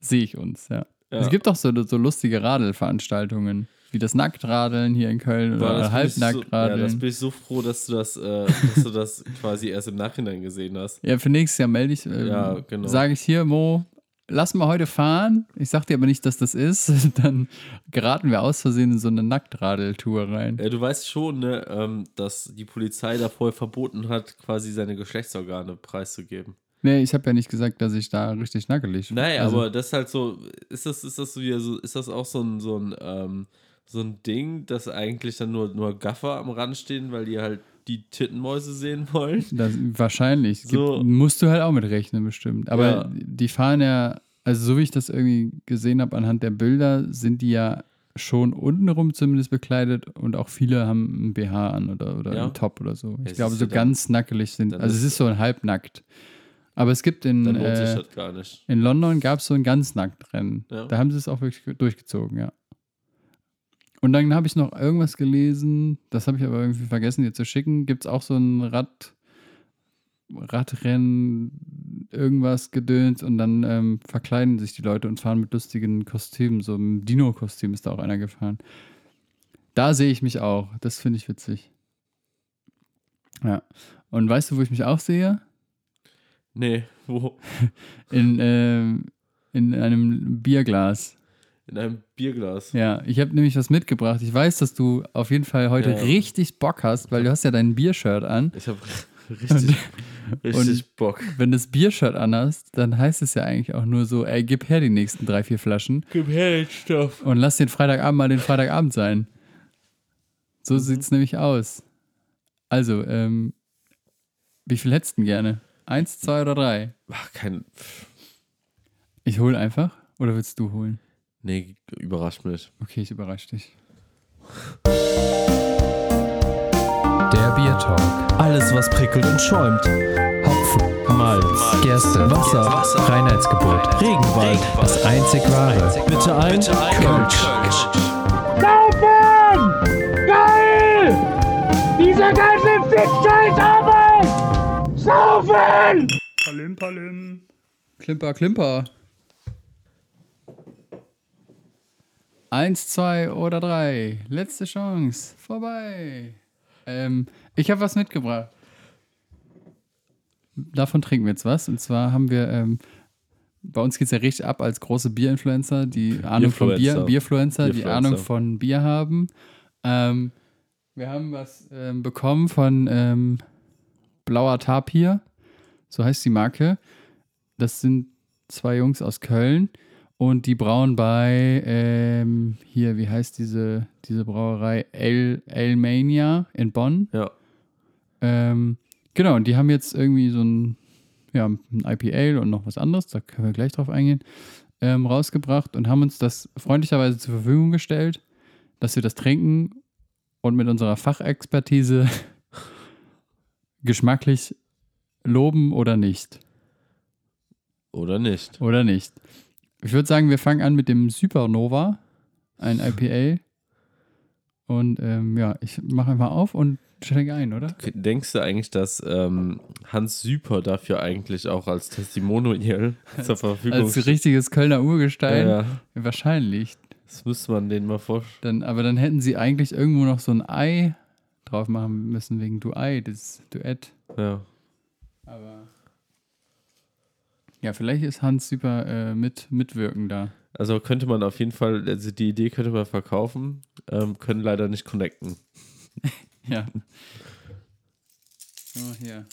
Speaker 3: Sehe ich uns, ja.
Speaker 2: Ja.
Speaker 3: Es gibt auch so, so lustige Radelveranstaltungen, wie das Nacktradeln hier in Köln
Speaker 2: Boah,
Speaker 3: oder
Speaker 2: das bin ich So, ja, das
Speaker 3: Halbnacktradeln.
Speaker 2: bin ich so froh, dass du das, äh, dass du das quasi erst im Nachhinein gesehen hast.
Speaker 3: Ja, für nächstes Jahr melde ich, ähm,
Speaker 2: Ja, genau.
Speaker 3: sage ich hier, Mo, lass mal heute fahren. Ich sag dir aber nicht, dass das ist. Dann geraten wir aus Versehen in so eine Nacktradeltour rein.
Speaker 2: Ja, Äh, du weißt schon, ne, ähm, dass die Polizei da vorher verboten hat, quasi seine Geschlechtsorgane preiszugeben.
Speaker 3: Nee, ich habe ja nicht gesagt, dass ich da richtig nackelig
Speaker 2: Naja,
Speaker 3: also,
Speaker 2: aber das ist halt so, ist das, ist das wieder so, ist das auch so ein, so ein, ähm, so ein Ding, dass eigentlich dann nur, nur Gaffer am Rand stehen, weil die halt die Tittenmäuse sehen wollen?
Speaker 3: Das, wahrscheinlich. Gibt,
Speaker 2: So.
Speaker 3: Musst du halt auch mit rechnen, bestimmt. Aber
Speaker 2: Ja.
Speaker 3: die fahren ja, also so wie ich das irgendwie gesehen habe, anhand der Bilder, sind die ja schon untenrum zumindest bekleidet und auch viele haben ein BH an oder, oder
Speaker 2: Ja.
Speaker 3: einen Top oder so. Ich
Speaker 2: Ja,
Speaker 3: glaube,
Speaker 2: siehst
Speaker 3: so
Speaker 2: du, dann-
Speaker 3: ganz nackelig sind.
Speaker 2: dann
Speaker 3: Also es
Speaker 2: ist-
Speaker 3: ist so ein halbnackt. Aber es gibt in,
Speaker 2: Dann lohnt sich
Speaker 3: äh,
Speaker 2: das gar nicht.
Speaker 3: in London gab es so ein ganz nackt Rennen.
Speaker 2: Ja.
Speaker 3: Da haben sie es auch wirklich ge- durchgezogen, ja. Und dann habe ich noch irgendwas gelesen, das habe ich aber irgendwie vergessen, dir zu schicken. Gibt es auch so ein Rad, Radrennen, irgendwas gedöns und dann ähm, verkleiden sich die Leute und fahren mit lustigen Kostümen. So im Dino-Kostüm ist da auch einer gefahren. Da sehe ich mich auch. Das finde ich witzig. Ja. Und weißt du, wo ich mich auch sehe?
Speaker 2: Nee, wo?
Speaker 3: In, ähm, in einem Bierglas.
Speaker 2: In einem Bierglas.
Speaker 3: Ja, ich habe nämlich was mitgebracht. Ich weiß, dass du auf jeden Fall heute
Speaker 2: Ja.
Speaker 3: richtig Bock hast, weil du hast ja dein Biershirt an.
Speaker 2: Ich habe richtig, richtig Bock.
Speaker 3: Wenn du das Biershirt anhast, dann heißt es ja eigentlich auch nur so, ey, gib her die nächsten drei, vier Flaschen
Speaker 2: Gib her den Stoff.
Speaker 3: und lass den Freitagabend mal den Freitagabend sein. So sieht's nämlich aus. Also, ähm, wie viel hättest du denn gerne? Eins, zwei oder drei?
Speaker 2: Ach, kein. pff.
Speaker 3: Ich hol einfach. Oder willst du holen?
Speaker 2: Nee, überrascht mich.
Speaker 3: Okay, ich überrasche dich. Der Bier Talk.
Speaker 1: Alles, was prickelt und schäumt.
Speaker 3: Hopfen,
Speaker 1: Malz,
Speaker 3: Gerste,
Speaker 1: Wasser,
Speaker 3: Reinheitsgebot,
Speaker 1: Regenwald, das
Speaker 3: einzig wahre.
Speaker 1: Bitte ein Kölsch.
Speaker 4: kaufen! Geil! Diese ganze Fick-Scheiß-Arbeit! Saufen!
Speaker 3: Klimper, Klimper. Eins, zwei oder drei. Letzte Chance. Vorbei. Ähm, ich habe was mitgebracht. Davon trinken wir jetzt was. Und zwar haben wir, ähm, bei uns geht es ja richtig ab als große Bierinfluencer, die Ahnung von Bier,
Speaker 2: Bierfluencer.
Speaker 3: Bierfluencer, die
Speaker 2: Bierfluencer.
Speaker 3: Ahnung von Bier haben. Ähm, wir haben was ähm, bekommen von ähm, Blauer Tapir. So heißt die Marke. Das sind zwei Jungs aus Köln und die brauen bei, ähm, hier, wie heißt diese, diese Brauerei? El, Elmania in Bonn.
Speaker 2: Ja.
Speaker 3: Ähm, genau, und die haben jetzt irgendwie so ein, ja, ein IPL und noch was anderes, da können wir gleich drauf eingehen, ähm, rausgebracht und haben uns das freundlicherweise zur Verfügung gestellt, dass wir das trinken und mit unserer Fachexpertise geschmacklich loben oder nicht.
Speaker 2: Oder nicht?
Speaker 3: Oder nicht. Ich würde sagen, wir fangen an mit dem Supernova, ein IPA. Und ähm, ja, ich mache einfach auf und schenke ein, oder?
Speaker 2: Denkst du eigentlich, dass ähm, Hans Süper dafür eigentlich auch als Testimonial zur Verfügung
Speaker 3: Als richtiges Kölner Urgestein.
Speaker 2: Ja, ja.
Speaker 3: Wahrscheinlich.
Speaker 2: Das müsste man denen mal vorstellen.
Speaker 3: Dann, aber dann hätten sie eigentlich irgendwo noch so ein Ei drauf machen müssen wegen Du Ei, das Duett.
Speaker 2: Ja.
Speaker 3: Aber ja, vielleicht ist Hans super äh, mit, mitwirken da.
Speaker 2: Also könnte man auf jeden Fall, also die Idee könnte man verkaufen, ähm, können leider nicht connecten.
Speaker 3: Ja. Oh, hier.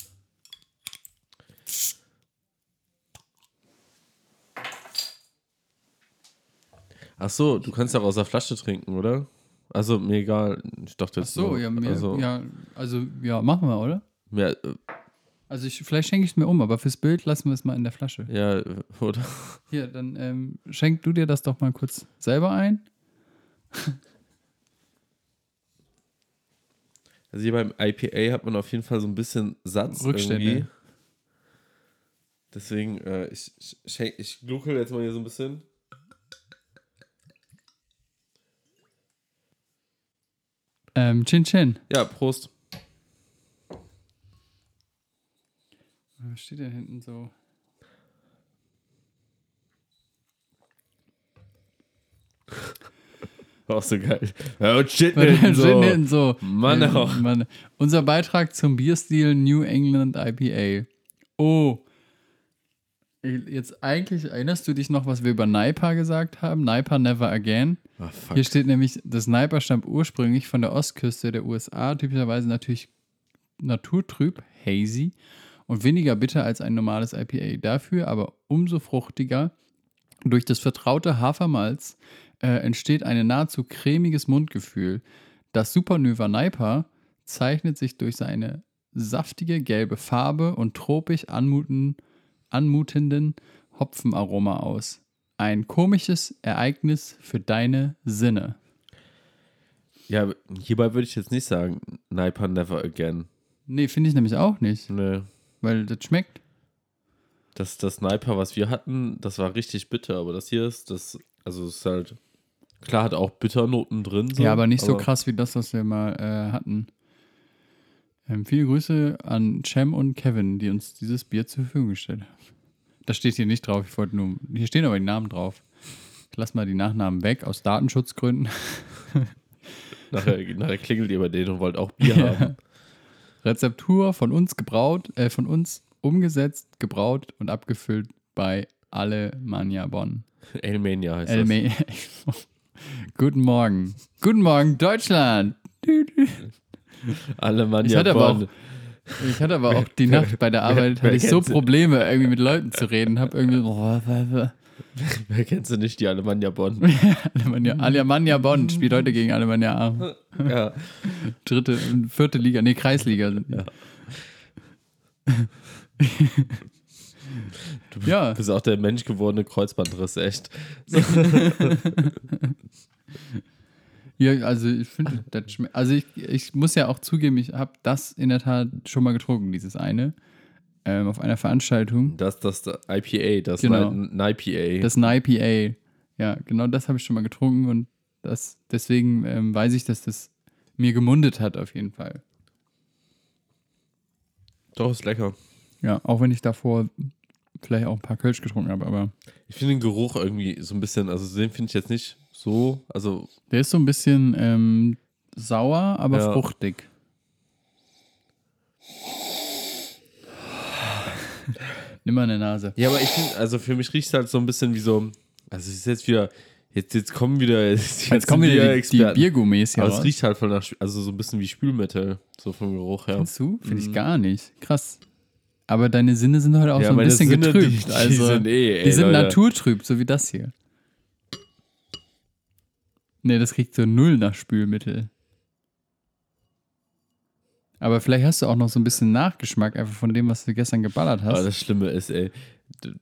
Speaker 2: Ach so, du kannst auch aus der Flasche trinken, oder? Also mir egal, ich dachte
Speaker 3: Ach
Speaker 2: jetzt
Speaker 3: so,
Speaker 2: nur,
Speaker 3: ja, mir,
Speaker 2: also,
Speaker 3: ja, also ja, machen wir, oder?
Speaker 2: Mehr, äh,
Speaker 3: Also ich, vielleicht schenke ich es mir um, aber fürs Bild lassen wir es mal in der Flasche.
Speaker 2: ja, äh, oder?
Speaker 3: Hier, dann ähm, schenk du dir das doch mal kurz selber ein.
Speaker 2: Also hier beim IPA hat man auf jeden Fall so ein bisschen Satz
Speaker 3: Rückstände.
Speaker 2: irgendwie. Deswegen, äh, ich, ich, schenk- ich gluckel jetzt mal hier so ein bisschen.
Speaker 3: Ähm, chin Chin.
Speaker 2: Ja, Prost.
Speaker 3: Was steht denn hinten so?
Speaker 2: War auch so geil. Oh, shit,
Speaker 3: Gin
Speaker 2: Nitten, so.
Speaker 3: hinten so.
Speaker 2: Mann,
Speaker 3: Ähm,
Speaker 2: auch.
Speaker 3: Mann. Unser Beitrag zum Bierstil New England IPA. Oh. Jetzt eigentlich, erinnerst du dich noch, was wir über Naipa gesagt haben? Naipa never again.
Speaker 2: Ah, fuck.
Speaker 3: Hier steht nämlich, das Sniper stammt ursprünglich von der Ostküste der USA, typischerweise natürlich naturtrüb, hazy und weniger bitter als ein normales IPA. Dafür aber umso fruchtiger. Durch das vertraute Hafermalz äh, entsteht ein nahezu cremiges Mundgefühl. Das Supernova Naipa zeichnet sich durch seine saftige gelbe Farbe und tropisch anmuten, anmutenden Hopfenaroma aus. Ein komisches Ereignis für deine Sinne.
Speaker 2: Ja, hierbei würde ich jetzt nicht sagen, Niper never again.
Speaker 3: Nee, finde ich nämlich auch nicht,
Speaker 2: Nö.
Speaker 3: weil das schmeckt.
Speaker 2: Das, das Sniper, was wir hatten, das war richtig bitter, aber das hier ist, das, also es ist halt, klar hat auch Bitternoten drin. So,
Speaker 3: ja, aber nicht so krass wie das, was wir mal äh, hatten. Ähm, viele Grüße an Cem und Kevin, die uns dieses Bier zur Verfügung gestellt haben. Das steht hier nicht drauf. Ich wollte nur. Hier stehen aber die Namen drauf. Ich lass mal die Nachnamen weg aus Datenschutzgründen.
Speaker 2: Nachher, nachher klingelt ihr bei denen und wollt auch Bier haben.
Speaker 3: Rezeptur von uns gebraut, äh, von uns umgesetzt, gebraut und abgefüllt bei Alemannia Bonn.
Speaker 2: Elmania heißt das.
Speaker 3: Elme Guten Morgen. Guten Morgen, Deutschland. Ich
Speaker 2: Alemannia
Speaker 3: hatte aber
Speaker 2: Bonn.
Speaker 3: Ich hatte aber auch die Nacht bei der Arbeit, hatte ich so
Speaker 2: kennt's?
Speaker 3: Probleme, irgendwie mit Leuten zu reden. Hab irgendwie.
Speaker 2: Wer kennt sie nicht, die Alemannia Bonn?
Speaker 3: Alemannia, Alemannia Bonn spielt heute gegen Alemannia Aachen.
Speaker 2: ja.
Speaker 3: Dritte, vierte Liga, nee, Kreisliga. sind die. Ja,
Speaker 2: Du bist auch der Mensch gewordene Kreuzbandriss, echt.
Speaker 3: ja, also ich finde, das schme- also ich, ich muss ja auch zugeben, ich habe das in der Tat schon mal getrunken, dieses eine, ähm, auf einer Veranstaltung.
Speaker 2: Das, das IPA, das
Speaker 3: Genau.
Speaker 2: Ni- IPA.
Speaker 3: Das NIPA. Ja, genau das habe ich schon mal getrunken und das, deswegen ähm, weiß ich, dass das mir gemundet hat auf jeden Fall.
Speaker 2: Doch, ist lecker.
Speaker 3: Ja, auch wenn ich davor vielleicht auch ein paar Kölsch getrunken habe, aber
Speaker 2: Ich finde den Geruch irgendwie so ein bisschen, also den finde ich jetzt nicht so, also
Speaker 3: Der ist so ein bisschen ähm, sauer, aber
Speaker 2: Ja.
Speaker 3: fruchtig. Nimm mal eine Nase.
Speaker 2: Ja, aber ich finde, also für mich riecht es halt so ein bisschen wie so, also es ist jetzt wieder, jetzt, jetzt kommen wieder, jetzt,
Speaker 3: Jetzt kommen
Speaker 2: sind
Speaker 3: wieder die, die
Speaker 2: Experten.
Speaker 3: Biergourmets hier
Speaker 2: Aber
Speaker 3: raus.
Speaker 2: es riecht halt voll nach, Spül- also so ein bisschen wie Spülmittel, so vom Geruch her.
Speaker 3: Findest du? Finde ich gar nicht. Krass. Aber deine Sinne sind heute auch
Speaker 2: Mhm. Ja,
Speaker 3: so ein
Speaker 2: meine
Speaker 3: bisschen
Speaker 2: Sinne, die-
Speaker 3: getrübt.
Speaker 2: die
Speaker 3: also,
Speaker 2: sind eh, ey,
Speaker 3: die sind
Speaker 2: Leute.
Speaker 3: naturtrübt, so wie das hier. Nee, das riecht so null nach Spülmittel. Aber vielleicht hast du auch noch so ein bisschen Nachgeschmack einfach von dem, was du gestern geballert hast.
Speaker 2: Aber das Schlimme ist, ey, d-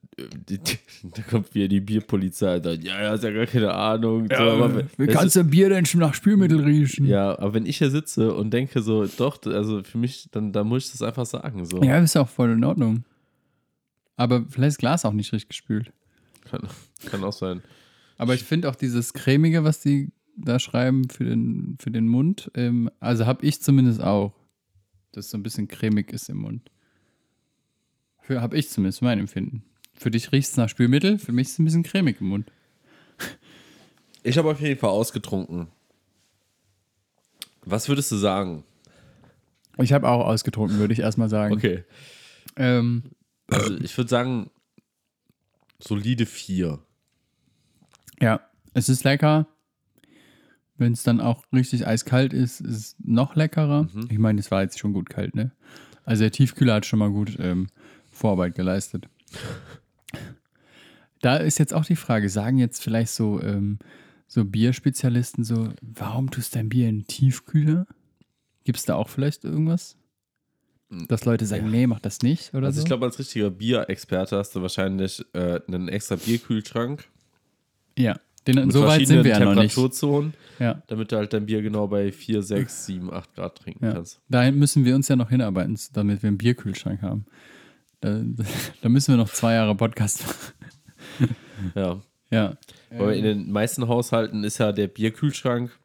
Speaker 2: d- d- da kommt wieder die Bierpolizei und sagt, ja, du hast ja gar keine Ahnung. so, aber wenn-
Speaker 3: Wie
Speaker 2: weißt
Speaker 3: kannst du Bier denn schon nach Spülmittel riechen?
Speaker 2: du, ja, aber wenn ich hier sitze und denke so, doch, d- also für mich, dann, dann muss ich das einfach sagen. So.
Speaker 3: Ja, ist ja auch voll in Ordnung. Aber vielleicht ist Glas auch nicht richtig gespült.
Speaker 2: Kann, kann auch sein.
Speaker 3: Aber ich finde auch dieses cremige, was die da schreiben für den, für den Mund, ähm, also habe ich zumindest auch, dass es so ein bisschen cremig ist im Mund. Für habe ich zumindest mein Empfinden. Für dich riecht es nach Spülmittel, für mich ist es ein bisschen cremig im Mund.
Speaker 2: Ich habe auf jeden Fall ausgetrunken. Was würdest du sagen?
Speaker 3: Ich habe auch ausgetrunken, würde ich erstmal sagen.
Speaker 2: Okay.
Speaker 3: Ähm,
Speaker 2: Also ich würde sagen, solide 4.
Speaker 3: Ja, es ist lecker. Wenn es dann auch richtig eiskalt ist, ist es noch leckerer.
Speaker 2: Mhm.
Speaker 3: Ich meine, es war jetzt schon gut kalt, ne? Also der Tiefkühler hat schon mal gut ähm, Vorarbeit geleistet. da ist jetzt auch die Frage, sagen jetzt vielleicht so, ähm, so Bierspezialisten so, warum tust dein Bier in den Tiefkühler? Gibt es da auch vielleicht irgendwas? Dass Leute sagen, nee, mach das nicht oder
Speaker 2: Hm. Also
Speaker 3: so?
Speaker 2: ich glaube, als richtiger Bierexperte hast du wahrscheinlich äh, einen extra Bierkühlschrank
Speaker 3: ja, den, so weit sind wir ja noch nicht.
Speaker 2: Temperaturzonen,
Speaker 3: Ja.
Speaker 2: damit du halt dein Bier genau bei 4, 6, 7, 8 Grad trinken
Speaker 3: Ja.
Speaker 2: kannst.
Speaker 3: Dahin müssen wir uns ja noch hinarbeiten, damit wir einen Bierkühlschrank haben. Da, da müssen wir noch zwei Jahre Podcast machen.
Speaker 2: Ja.
Speaker 3: Ja,
Speaker 2: Weil in den meisten Haushalten ist ja der Bierkühlschrank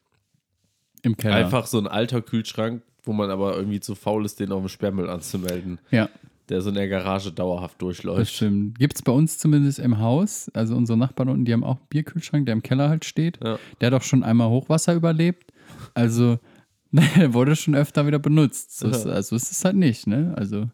Speaker 3: im Keller.
Speaker 2: einfach so ein alter Kühlschrank, wo man aber irgendwie zu faul ist, den auf dem Sperrmüll anzumelden,
Speaker 3: Ja,
Speaker 2: der so in der Garage dauerhaft
Speaker 3: das
Speaker 2: durchläuft.
Speaker 3: stimmt. Gibt es bei uns zumindest im Haus, also unsere Nachbarn unten, die haben auch einen Bierkühlschrank, der im Keller halt steht.
Speaker 2: Ja.
Speaker 3: Der hat auch schon einmal Hochwasser überlebt. Also, der wurde schon öfter wieder benutzt. So ist, also ist es halt nicht, ne? Also,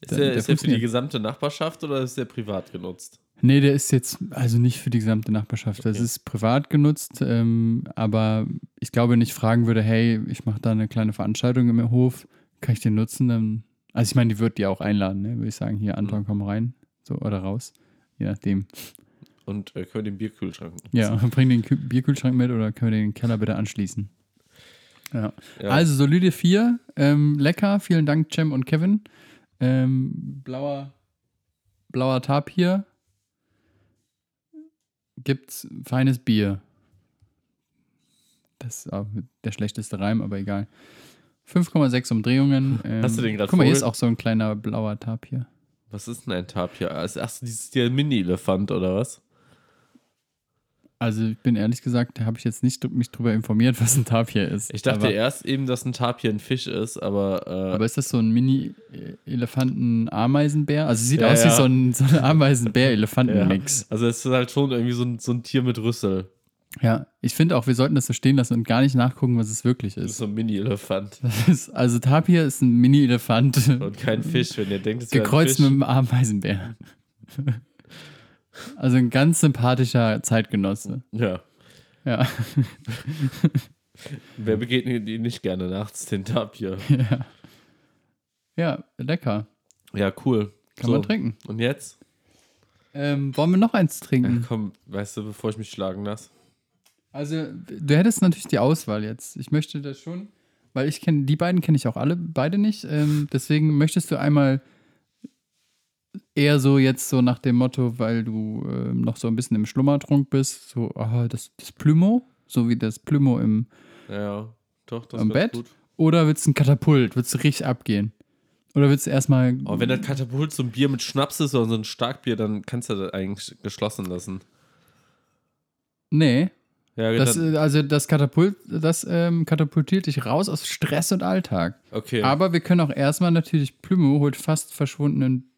Speaker 2: Ist
Speaker 3: Der-
Speaker 2: der, ist der für
Speaker 3: der
Speaker 2: die
Speaker 3: funktioniert.
Speaker 2: gesamte Nachbarschaft oder ist der privat genutzt?
Speaker 3: nee, der ist jetzt also nicht für die gesamte Nachbarschaft. Das
Speaker 2: Okay.
Speaker 3: ist privat genutzt, ähm, aber ich glaube, wenn ich fragen würde, hey, ich mache da eine kleine Veranstaltung im Hof, kann ich den nutzen? Dann, also ich meine, die wird die auch einladen, ne? würde ich sagen, hier, Anton, komm rein, so oder raus, je nachdem.
Speaker 2: Und äh, können den Bierkühlschrank nutzen.
Speaker 3: Ja, bring den Kü Bierkühlschrank mit oder können wir den Keller bitte anschließen? Ja.
Speaker 2: Ja.
Speaker 3: Also solide 4, ähm, lecker, vielen Dank Cem und Kevin. Ähm, blauer, blauer Tab hier. Gibt's feines Bier. Das ist auch der schlechteste Reim, aber egal. 5,6 Umdrehungen. Ähm,
Speaker 2: Hast du den grad
Speaker 3: Guck mal, hier
Speaker 2: vor-
Speaker 3: ist auch so ein kleiner blauer Tab hier.
Speaker 2: Was ist denn ein Tarp hier? Ach, so, dieses der Mini-Elefant oder was?
Speaker 3: Also ich bin ehrlich gesagt, da habe ich jetzt nicht dr- mich drüber informiert, was ein Tapir ist.
Speaker 2: Ich dachte
Speaker 3: aber,
Speaker 2: erst eben, dass ein Tapir ein Fisch ist, aber, äh,
Speaker 3: aber ist das so ein Mini-Elefanten-Ameisenbär? Also sieht
Speaker 2: Ja,
Speaker 3: aus wie
Speaker 2: ja.
Speaker 3: so ein, so ein Ameisenbär-Elefanten-Mix.
Speaker 2: also es ist halt schon irgendwie so ein, so ein Tier mit Rüssel.
Speaker 3: Ja, ich finde auch, wir sollten das so stehen lassen und gar nicht nachgucken, was es wirklich
Speaker 2: Das ist
Speaker 3: ist.
Speaker 2: so ein Mini-Elefant
Speaker 3: Das ist also Tapir ist ein Mini-Elefant,
Speaker 2: und kein Fisch, wenn ihr denkt, es wäre ein
Speaker 3: Mhm. gekreuzt mit
Speaker 2: Fisch.
Speaker 3: einem Ameisenbär. Also ein ganz sympathischer Zeitgenosse.
Speaker 2: Ja.
Speaker 3: Ja.
Speaker 2: Wer begegnet ihnen nicht gerne nachts, den Tapir?
Speaker 3: ja. Ja, lecker.
Speaker 2: Ja, cool.
Speaker 3: Kann man trinken.
Speaker 2: Und jetzt?
Speaker 3: Ähm, wollen wir noch eins
Speaker 2: Ja,
Speaker 3: trinken?
Speaker 2: komm, weißt du, bevor ich mich schlagen lasse.
Speaker 3: Also, du hättest natürlich die Auswahl jetzt. Ich möchte das schon, weil ich kenne, die beiden kenne ich auch alle, beide nicht. Ähm, deswegen möchtest du einmal eher so jetzt so nach dem Motto, weil du ähm, noch so ein bisschen im Schlummertrunk bist, so, ah, das, das Plümo, so wie das Plümo im,
Speaker 2: Ja, doch, das
Speaker 3: im
Speaker 2: wär's
Speaker 3: Bett.
Speaker 2: gut.
Speaker 3: Oder willst du ein Katapult? Willst du richtig abgehen? Oder willst du erstmal.
Speaker 2: Aber Oh, wenn das Katapult so ein Bier mit Schnaps ist oder so ein Starkbier, dann kannst du das eigentlich geschlossen lassen.
Speaker 3: nee.
Speaker 2: Ja,
Speaker 3: Das,
Speaker 2: dann,
Speaker 3: äh, also das Katapult, das ähm, katapultiert dich raus aus Stress und Alltag.
Speaker 2: okay.
Speaker 3: Aber wir können auch erstmal natürlich Plümo holt fast verschwundenen.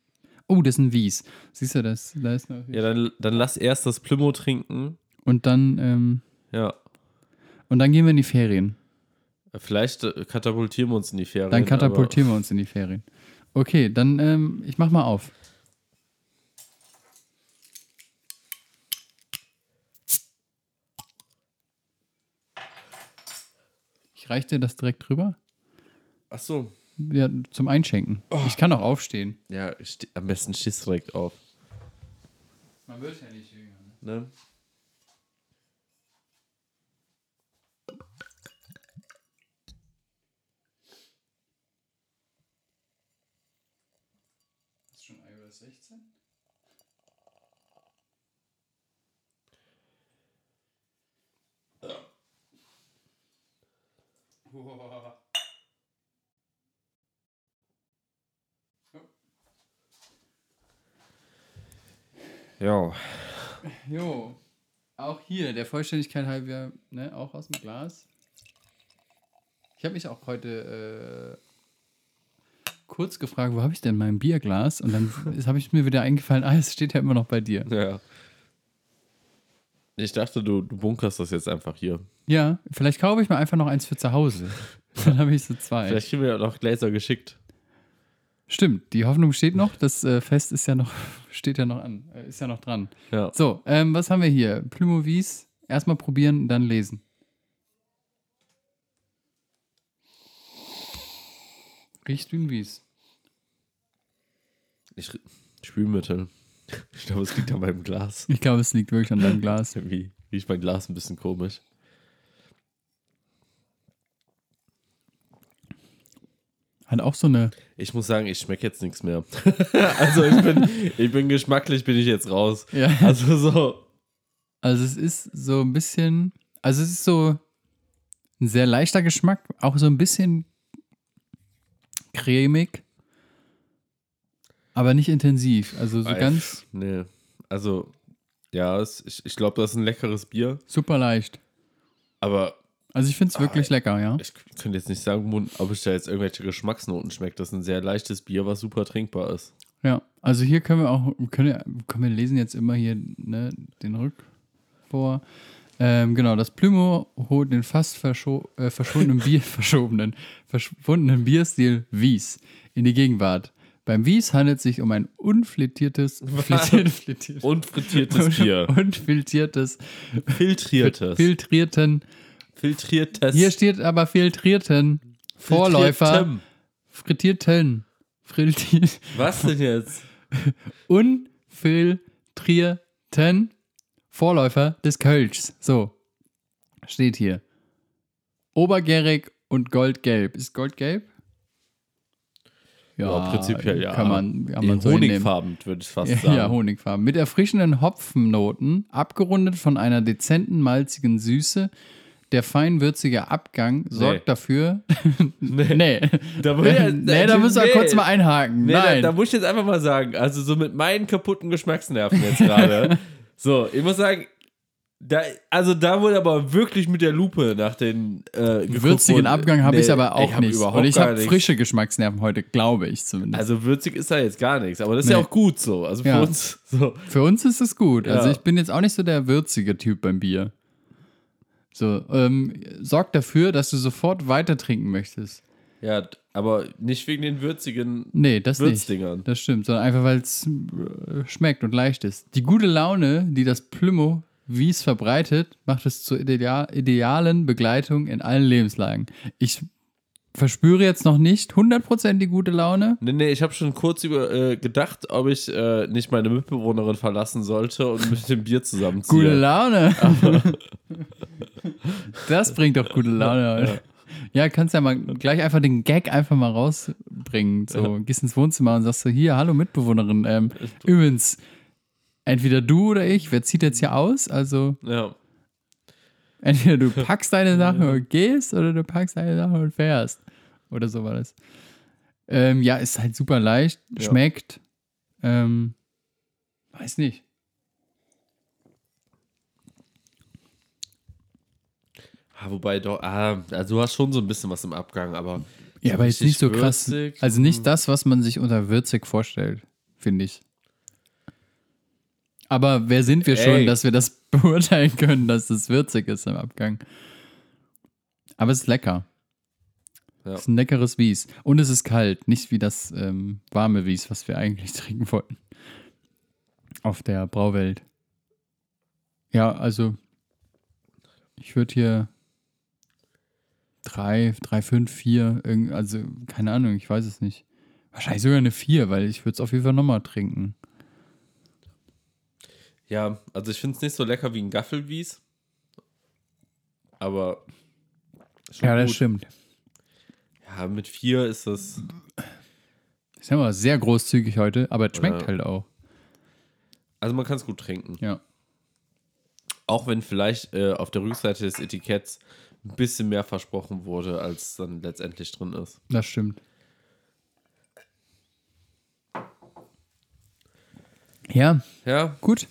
Speaker 3: Oh, das ist ein Wies. Siehst du das? Da ist noch
Speaker 2: ja, dann, dann lass erst das Plümo trinken.
Speaker 3: Und dann, ähm,
Speaker 2: Ja.
Speaker 3: und dann gehen wir in die Ferien.
Speaker 2: Vielleicht äh, katapultieren wir uns in die Ferien.
Speaker 3: Dann
Speaker 2: aber-
Speaker 3: katapultieren wir uns in die Ferien. Okay, dann ähm, ich mach mal auf. Ich reich dir das direkt rüber.
Speaker 2: Ach so.
Speaker 3: Ja, zum Einschenken. Ich kann auch aufstehen.
Speaker 2: Ja, ste- am besten schieß direkt auf.
Speaker 3: Man wird ja nicht jünger.
Speaker 2: Ne?
Speaker 3: Ist schon iOS 16?
Speaker 2: Ja.
Speaker 3: Jo. Auch hier, der Vollständigkeit halber, ne, auch aus dem Glas. Ich habe mich auch heute äh, kurz gefragt, wo habe ich denn mein Bierglas? Und dann habe ich mir wieder eingefallen, ah, es steht ja immer noch bei dir.
Speaker 2: Ja. Ich dachte, du, du bunkerst das jetzt einfach hier.
Speaker 3: Ja, vielleicht kaufe ich mir einfach noch eins für zu Hause. Dann habe ich so zwei.
Speaker 2: Vielleicht kriegen wir ja noch Gläser geschickt.
Speaker 3: Stimmt, die Hoffnung steht noch. Das äh, Fest ist ja noch, steht ja noch an, äh, ist ja noch dran.
Speaker 2: Ja.
Speaker 3: So, ähm, was haben wir hier? Plumovies, erstmal probieren, dann lesen. Riecht wie ein Wies.
Speaker 2: Ich, Spülmittel. Ich glaube, es liegt an meinem Glas.
Speaker 3: Ich glaube, es liegt wirklich an deinem Glas.
Speaker 2: Irgendwie riecht mein Glas ein bisschen komisch.
Speaker 3: Hat auch so eine.
Speaker 2: Ich muss sagen, ich schmecke jetzt nichts mehr. also ich bin, ich bin geschmacklich, bin ich jetzt raus.
Speaker 3: Ja.
Speaker 2: Also so.
Speaker 3: Also es ist so ein bisschen, also es ist so ein sehr leichter Geschmack, auch so ein bisschen cremig, aber nicht intensiv. Also so
Speaker 2: Ei,
Speaker 3: ganz
Speaker 2: Nee. Also, ja, es, ich, ich glaube, das ist ein leckeres Bier.
Speaker 3: super leicht.
Speaker 2: Aber
Speaker 3: Also ich finde es wirklich lecker, ja.
Speaker 2: ich könnte jetzt nicht sagen, Mund- ob ich da jetzt irgendwelche Geschmacksnoten schmeckt. Das ist ein sehr leichtes Bier, was super trinkbar ist.
Speaker 3: Ja, also hier können wir auch, können, wir- können wir lesen jetzt immer hier ne, den Rück vor. Ähm, genau, das Plümo holt den fast verscho äh, verschwundenen Bier, verschobenen, verschwundenen Bierstil Wies in die Gegenwart. Beim Wies handelt es sich um ein unflittiertes, flittiert, flittiert,
Speaker 2: Und frittiertes Bier.
Speaker 3: unfiltriertes,
Speaker 2: Filtriertes.
Speaker 3: filtrierten,
Speaker 2: Filtriertes.
Speaker 3: hier steht aber filtrierten, Vorläufer,
Speaker 2: Filtriertem.
Speaker 3: frittierten, frittiert,
Speaker 2: Was denn jetzt?
Speaker 3: unfiltrierten Vorläufer des Kölschs. So, steht hier. Obergärig und goldgelb. Ist goldgelb?
Speaker 2: Ja, prinzipiell ja.
Speaker 3: Kann man, kann
Speaker 2: Ja,
Speaker 3: man so hinnehmen.
Speaker 2: Honigfarben, würde ich fast sagen.
Speaker 3: Ja, Honigfarben. Mit erfrischenden Hopfennoten, abgerundet von einer dezenten malzigen Süße. Der feinwürzige Abgang sorgt dafür. nee. nee.
Speaker 2: Da muss ich-
Speaker 3: nee, da müssen wir
Speaker 2: nee.
Speaker 3: kurz mal einhaken.
Speaker 2: Nee,
Speaker 3: Nein.
Speaker 2: Da, da muss ich jetzt einfach mal sagen, also so mit meinen kaputten Geschmacksnerven jetzt gerade. so, ich muss sagen, Da, also da wurde aber wirklich mit der Lupe nach den äh, geguckt
Speaker 3: Würzigen
Speaker 2: und-
Speaker 3: Abgang habe ich
Speaker 2: Nee,
Speaker 3: aber auch
Speaker 2: hab
Speaker 3: nicht.
Speaker 2: Überhaupt
Speaker 3: Und ich
Speaker 2: gar
Speaker 3: habe
Speaker 2: nichts.
Speaker 3: frische Geschmacksnerven heute, glaube ich zumindest.
Speaker 2: Also würzig ist da jetzt gar nichts, aber das ist ja
Speaker 3: Nee.
Speaker 2: auch gut so. Also für
Speaker 3: Ja.
Speaker 2: uns so.
Speaker 3: Für uns ist es gut. Also
Speaker 2: Ja.
Speaker 3: ich bin jetzt auch nicht so der würzige Typ beim Bier. So, ähm, sorgt dafür, dass du sofort weiter trinken möchtest.
Speaker 2: Ja, aber nicht wegen den würzigen
Speaker 3: Nee, das
Speaker 2: Würzdingern.
Speaker 3: nicht. Das stimmt, sondern einfach, weil es äh, schmeckt und leicht ist. Die gute Laune, die das Plümo wie es verbreitet, macht es zur idea idealen Begleitung in allen Lebenslagen. Ich verspüre jetzt noch nicht 100% die gute Laune.
Speaker 2: Nee, nee, ich habe schon kurz über, äh, gedacht, ob ich äh, nicht meine Mitbewohnerin verlassen sollte und mit dem Bier zusammenziehe.
Speaker 3: Gute Laune. das bringt doch gute Laune. Alter. Ja, kannst ja mal gleich einfach den Gag einfach mal rausbringen. So, gehst ins Wohnzimmer und sagst so, hier, hallo Mitbewohnerin. Ähm, übrigens, entweder du oder ich, wer zieht jetzt hier aus? Also,
Speaker 2: Ja.
Speaker 3: entweder du packst deine Sachen und gehst oder du packst deine Sachen und fährst. Oder so war das. Ähm, ja, ist halt super leicht,
Speaker 2: Ja.
Speaker 3: schmeckt. Ähm, weiß nicht.
Speaker 2: Ah, wobei doch, ah, also du hast schon so ein bisschen was im Abgang, aber.
Speaker 3: Ja, aber jetzt
Speaker 2: richtig
Speaker 3: nicht so krass.
Speaker 2: würzig.
Speaker 3: Also nicht das, was man sich unter würzig vorstellt, finde ich. Aber wer sind wir schon,
Speaker 2: Ey.
Speaker 3: dass wir das beurteilen können, dass das würzig ist im Abgang? Aber es ist lecker.
Speaker 2: Ja.
Speaker 3: Es ist ein leckeres Wies. Und es ist kalt, nicht wie das ähm, warme Wies, was wir eigentlich trinken wollten. Auf der Brauwelt. Ja, also ich würde hier drei, drei, fünf, vier, irgend, also keine Ahnung, ich weiß es nicht. Wahrscheinlich sogar eine vier, weil ich würde es auf jeden Fall nochmal trinken.
Speaker 2: Ja, also ich finde es nicht so lecker wie ein Gaffelwies. Aber. schon gut.
Speaker 3: stimmt.
Speaker 2: Ja, mit vier ist das.
Speaker 3: Ist ja mal sehr großzügig heute, aber es schmeckt
Speaker 2: Ja.
Speaker 3: halt auch.
Speaker 2: Also man kann es gut trinken.
Speaker 3: Ja.
Speaker 2: Auch wenn vielleicht äh, auf der Rückseite des Etiketts ein bisschen mehr versprochen wurde, als dann letztendlich drin ist.
Speaker 3: Das stimmt. Ja,
Speaker 2: Ja,
Speaker 3: gut.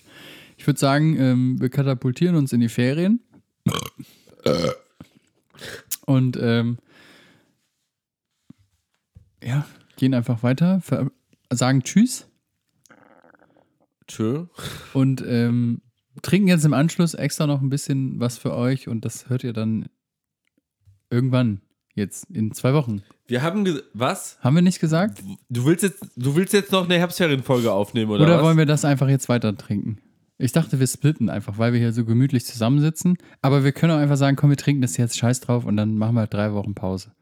Speaker 3: Ich würde sagen, ähm, wir katapultieren uns in die Ferien. Und ähm, ja, gehen einfach weiter, ver- sagen Tschüss
Speaker 2: tschö.
Speaker 3: und ähm, trinken jetzt im Anschluss extra noch ein bisschen was für euch und das hört ihr dann irgendwann, jetzt in zwei Wochen.
Speaker 2: Wir haben. ge- Was?
Speaker 3: Haben wir nicht gesagt?
Speaker 2: Du willst jetzt, du willst jetzt noch eine Herbstferienfolge aufnehmen, oder?
Speaker 3: Oder,
Speaker 2: was?
Speaker 3: wollen wir das einfach jetzt weiter trinken? Ich dachte, wir splitten einfach, weil wir hier so gemütlich zusammensitzen. Aber wir können auch einfach sagen, komm, wir trinken das jetzt scheiß drauf und dann machen wir halt drei Wochen Pause.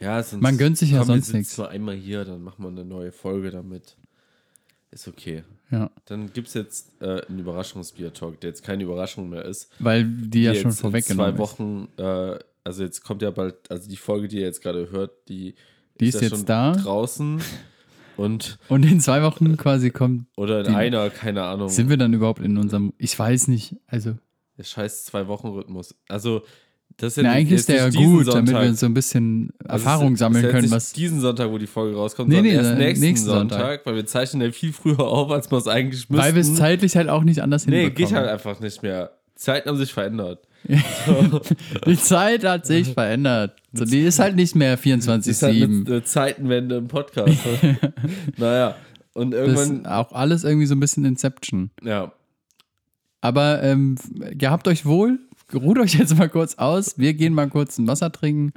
Speaker 2: Ja, sonst
Speaker 3: Man gönnt sich ja
Speaker 2: komm, wir
Speaker 3: sonst
Speaker 2: sitzen
Speaker 3: nix.
Speaker 2: Nur einmal hier, dann machen wir eine neue Folge damit. Ist okay.
Speaker 3: Ja,
Speaker 2: Dann gibt es jetzt äh, einen Überraschungsbier-Talk, der jetzt keine Überraschung mehr ist.
Speaker 3: weil die ja
Speaker 2: Die
Speaker 3: schon
Speaker 2: jetzt in
Speaker 3: vorweggenommen
Speaker 2: Zwei Wochen, äh, also jetzt kommt ja bald, also die Folge, die ihr jetzt gerade hört, die,
Speaker 3: Die ist
Speaker 2: ja
Speaker 3: jetzt
Speaker 2: schon
Speaker 3: da.
Speaker 2: draußen. Und,
Speaker 3: ist. Und in zwei Wochen quasi kommt,
Speaker 2: oder in
Speaker 3: Die-
Speaker 2: einer, keine Ahnung.
Speaker 3: sind wir dann überhaupt in unserem, ich weiß nicht, also,
Speaker 2: der scheiß Zwei-Wochen-Rhythmus. Also, das ist
Speaker 3: na,
Speaker 2: jetzt-
Speaker 3: eigentlich
Speaker 2: jetzt
Speaker 3: ist der ja
Speaker 2: nicht diesen
Speaker 3: gut, damit
Speaker 2: Sonntag.
Speaker 3: wir so ein bisschen
Speaker 2: Also
Speaker 3: Erfahrung
Speaker 2: es-
Speaker 3: sammeln
Speaker 2: es ist
Speaker 3: können,
Speaker 2: jetzt
Speaker 3: was,
Speaker 2: Nicht diesen Sonntag, wo die Folge rauskommt,
Speaker 3: Nee,
Speaker 2: sondern
Speaker 3: nee,
Speaker 2: erst
Speaker 3: dann
Speaker 2: nächsten,
Speaker 3: nächsten
Speaker 2: Sonntag,
Speaker 3: Sonntag.
Speaker 2: weil wir zeichnen ja viel früher auf, als wir es eigentlich müssen.
Speaker 3: weil wir es zeitlich halt auch nicht anders
Speaker 2: Nee,
Speaker 3: hinbekommen.
Speaker 2: geht halt einfach nicht mehr. Zeiten haben sich verändert.
Speaker 3: Die Zeit hat sich verändert. So, die ist halt nicht mehr
Speaker 2: Das ist halt
Speaker 3: 24-7.
Speaker 2: eine, eine Zeitenwende im Podcast. naja, und
Speaker 3: Das ist
Speaker 2: irgendwann,
Speaker 3: auch alles irgendwie so ein bisschen Inception.
Speaker 2: ja,
Speaker 3: Aber ähm, gehabt euch wohl, ruht euch jetzt mal kurz aus. Wir gehen mal kurz ein Wasser trinken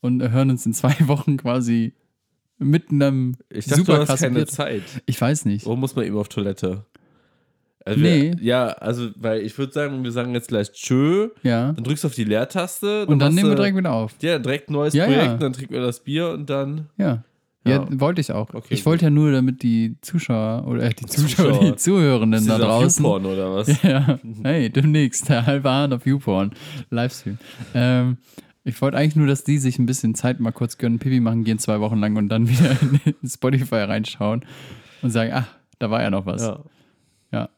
Speaker 3: und hören uns in zwei Wochen quasi mitten am
Speaker 2: ich dachte, du hast
Speaker 3: krassen
Speaker 2: keine
Speaker 3: Bier-
Speaker 2: Zeit. Oh.
Speaker 3: Ich weiß nicht.
Speaker 2: Warum muss man eben auf Toilette? Also wir,
Speaker 3: Nee.
Speaker 2: Ja, also, weil ich würde sagen, wir sagen jetzt gleich Tschö,
Speaker 3: Ja.
Speaker 2: dann drückst du auf die Leertaste.
Speaker 3: Und dann
Speaker 2: machst
Speaker 3: nehmen wir
Speaker 2: du-
Speaker 3: direkt wieder auf.
Speaker 2: Ja, direkt ein neues
Speaker 3: Ja,
Speaker 2: Projekt,
Speaker 3: ja.
Speaker 2: dann trinken wir das Bier und dann.
Speaker 3: Ja. Ja,
Speaker 2: Ja.
Speaker 3: wollte ich auch.
Speaker 2: Okay,
Speaker 3: ich wollte ja nur, damit die Zuschauer oder äh, die Zuschauer,
Speaker 2: Zuschauer.
Speaker 3: die Zuhörenden
Speaker 2: Ist
Speaker 3: da
Speaker 2: dieser
Speaker 3: draußen.
Speaker 2: Viewporn oder was?
Speaker 3: Ja, hey, demnächst, der halbe Hahn auf YouPorn, Livestream. Ähm, ich wollte eigentlich nur, dass die sich ein bisschen Zeit mal kurz gönnen, Pipi machen gehen zwei Wochen lang und dann wieder in Spotify reinschauen und sagen, ach, da war ja noch was.
Speaker 2: Ja.
Speaker 3: Ja.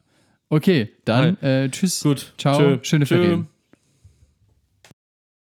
Speaker 3: Okay, dann äh, tschüss.
Speaker 2: Gut.
Speaker 3: Ciao.
Speaker 2: Tschö.
Speaker 3: Schöne
Speaker 2: Tschö.
Speaker 3: Ferien.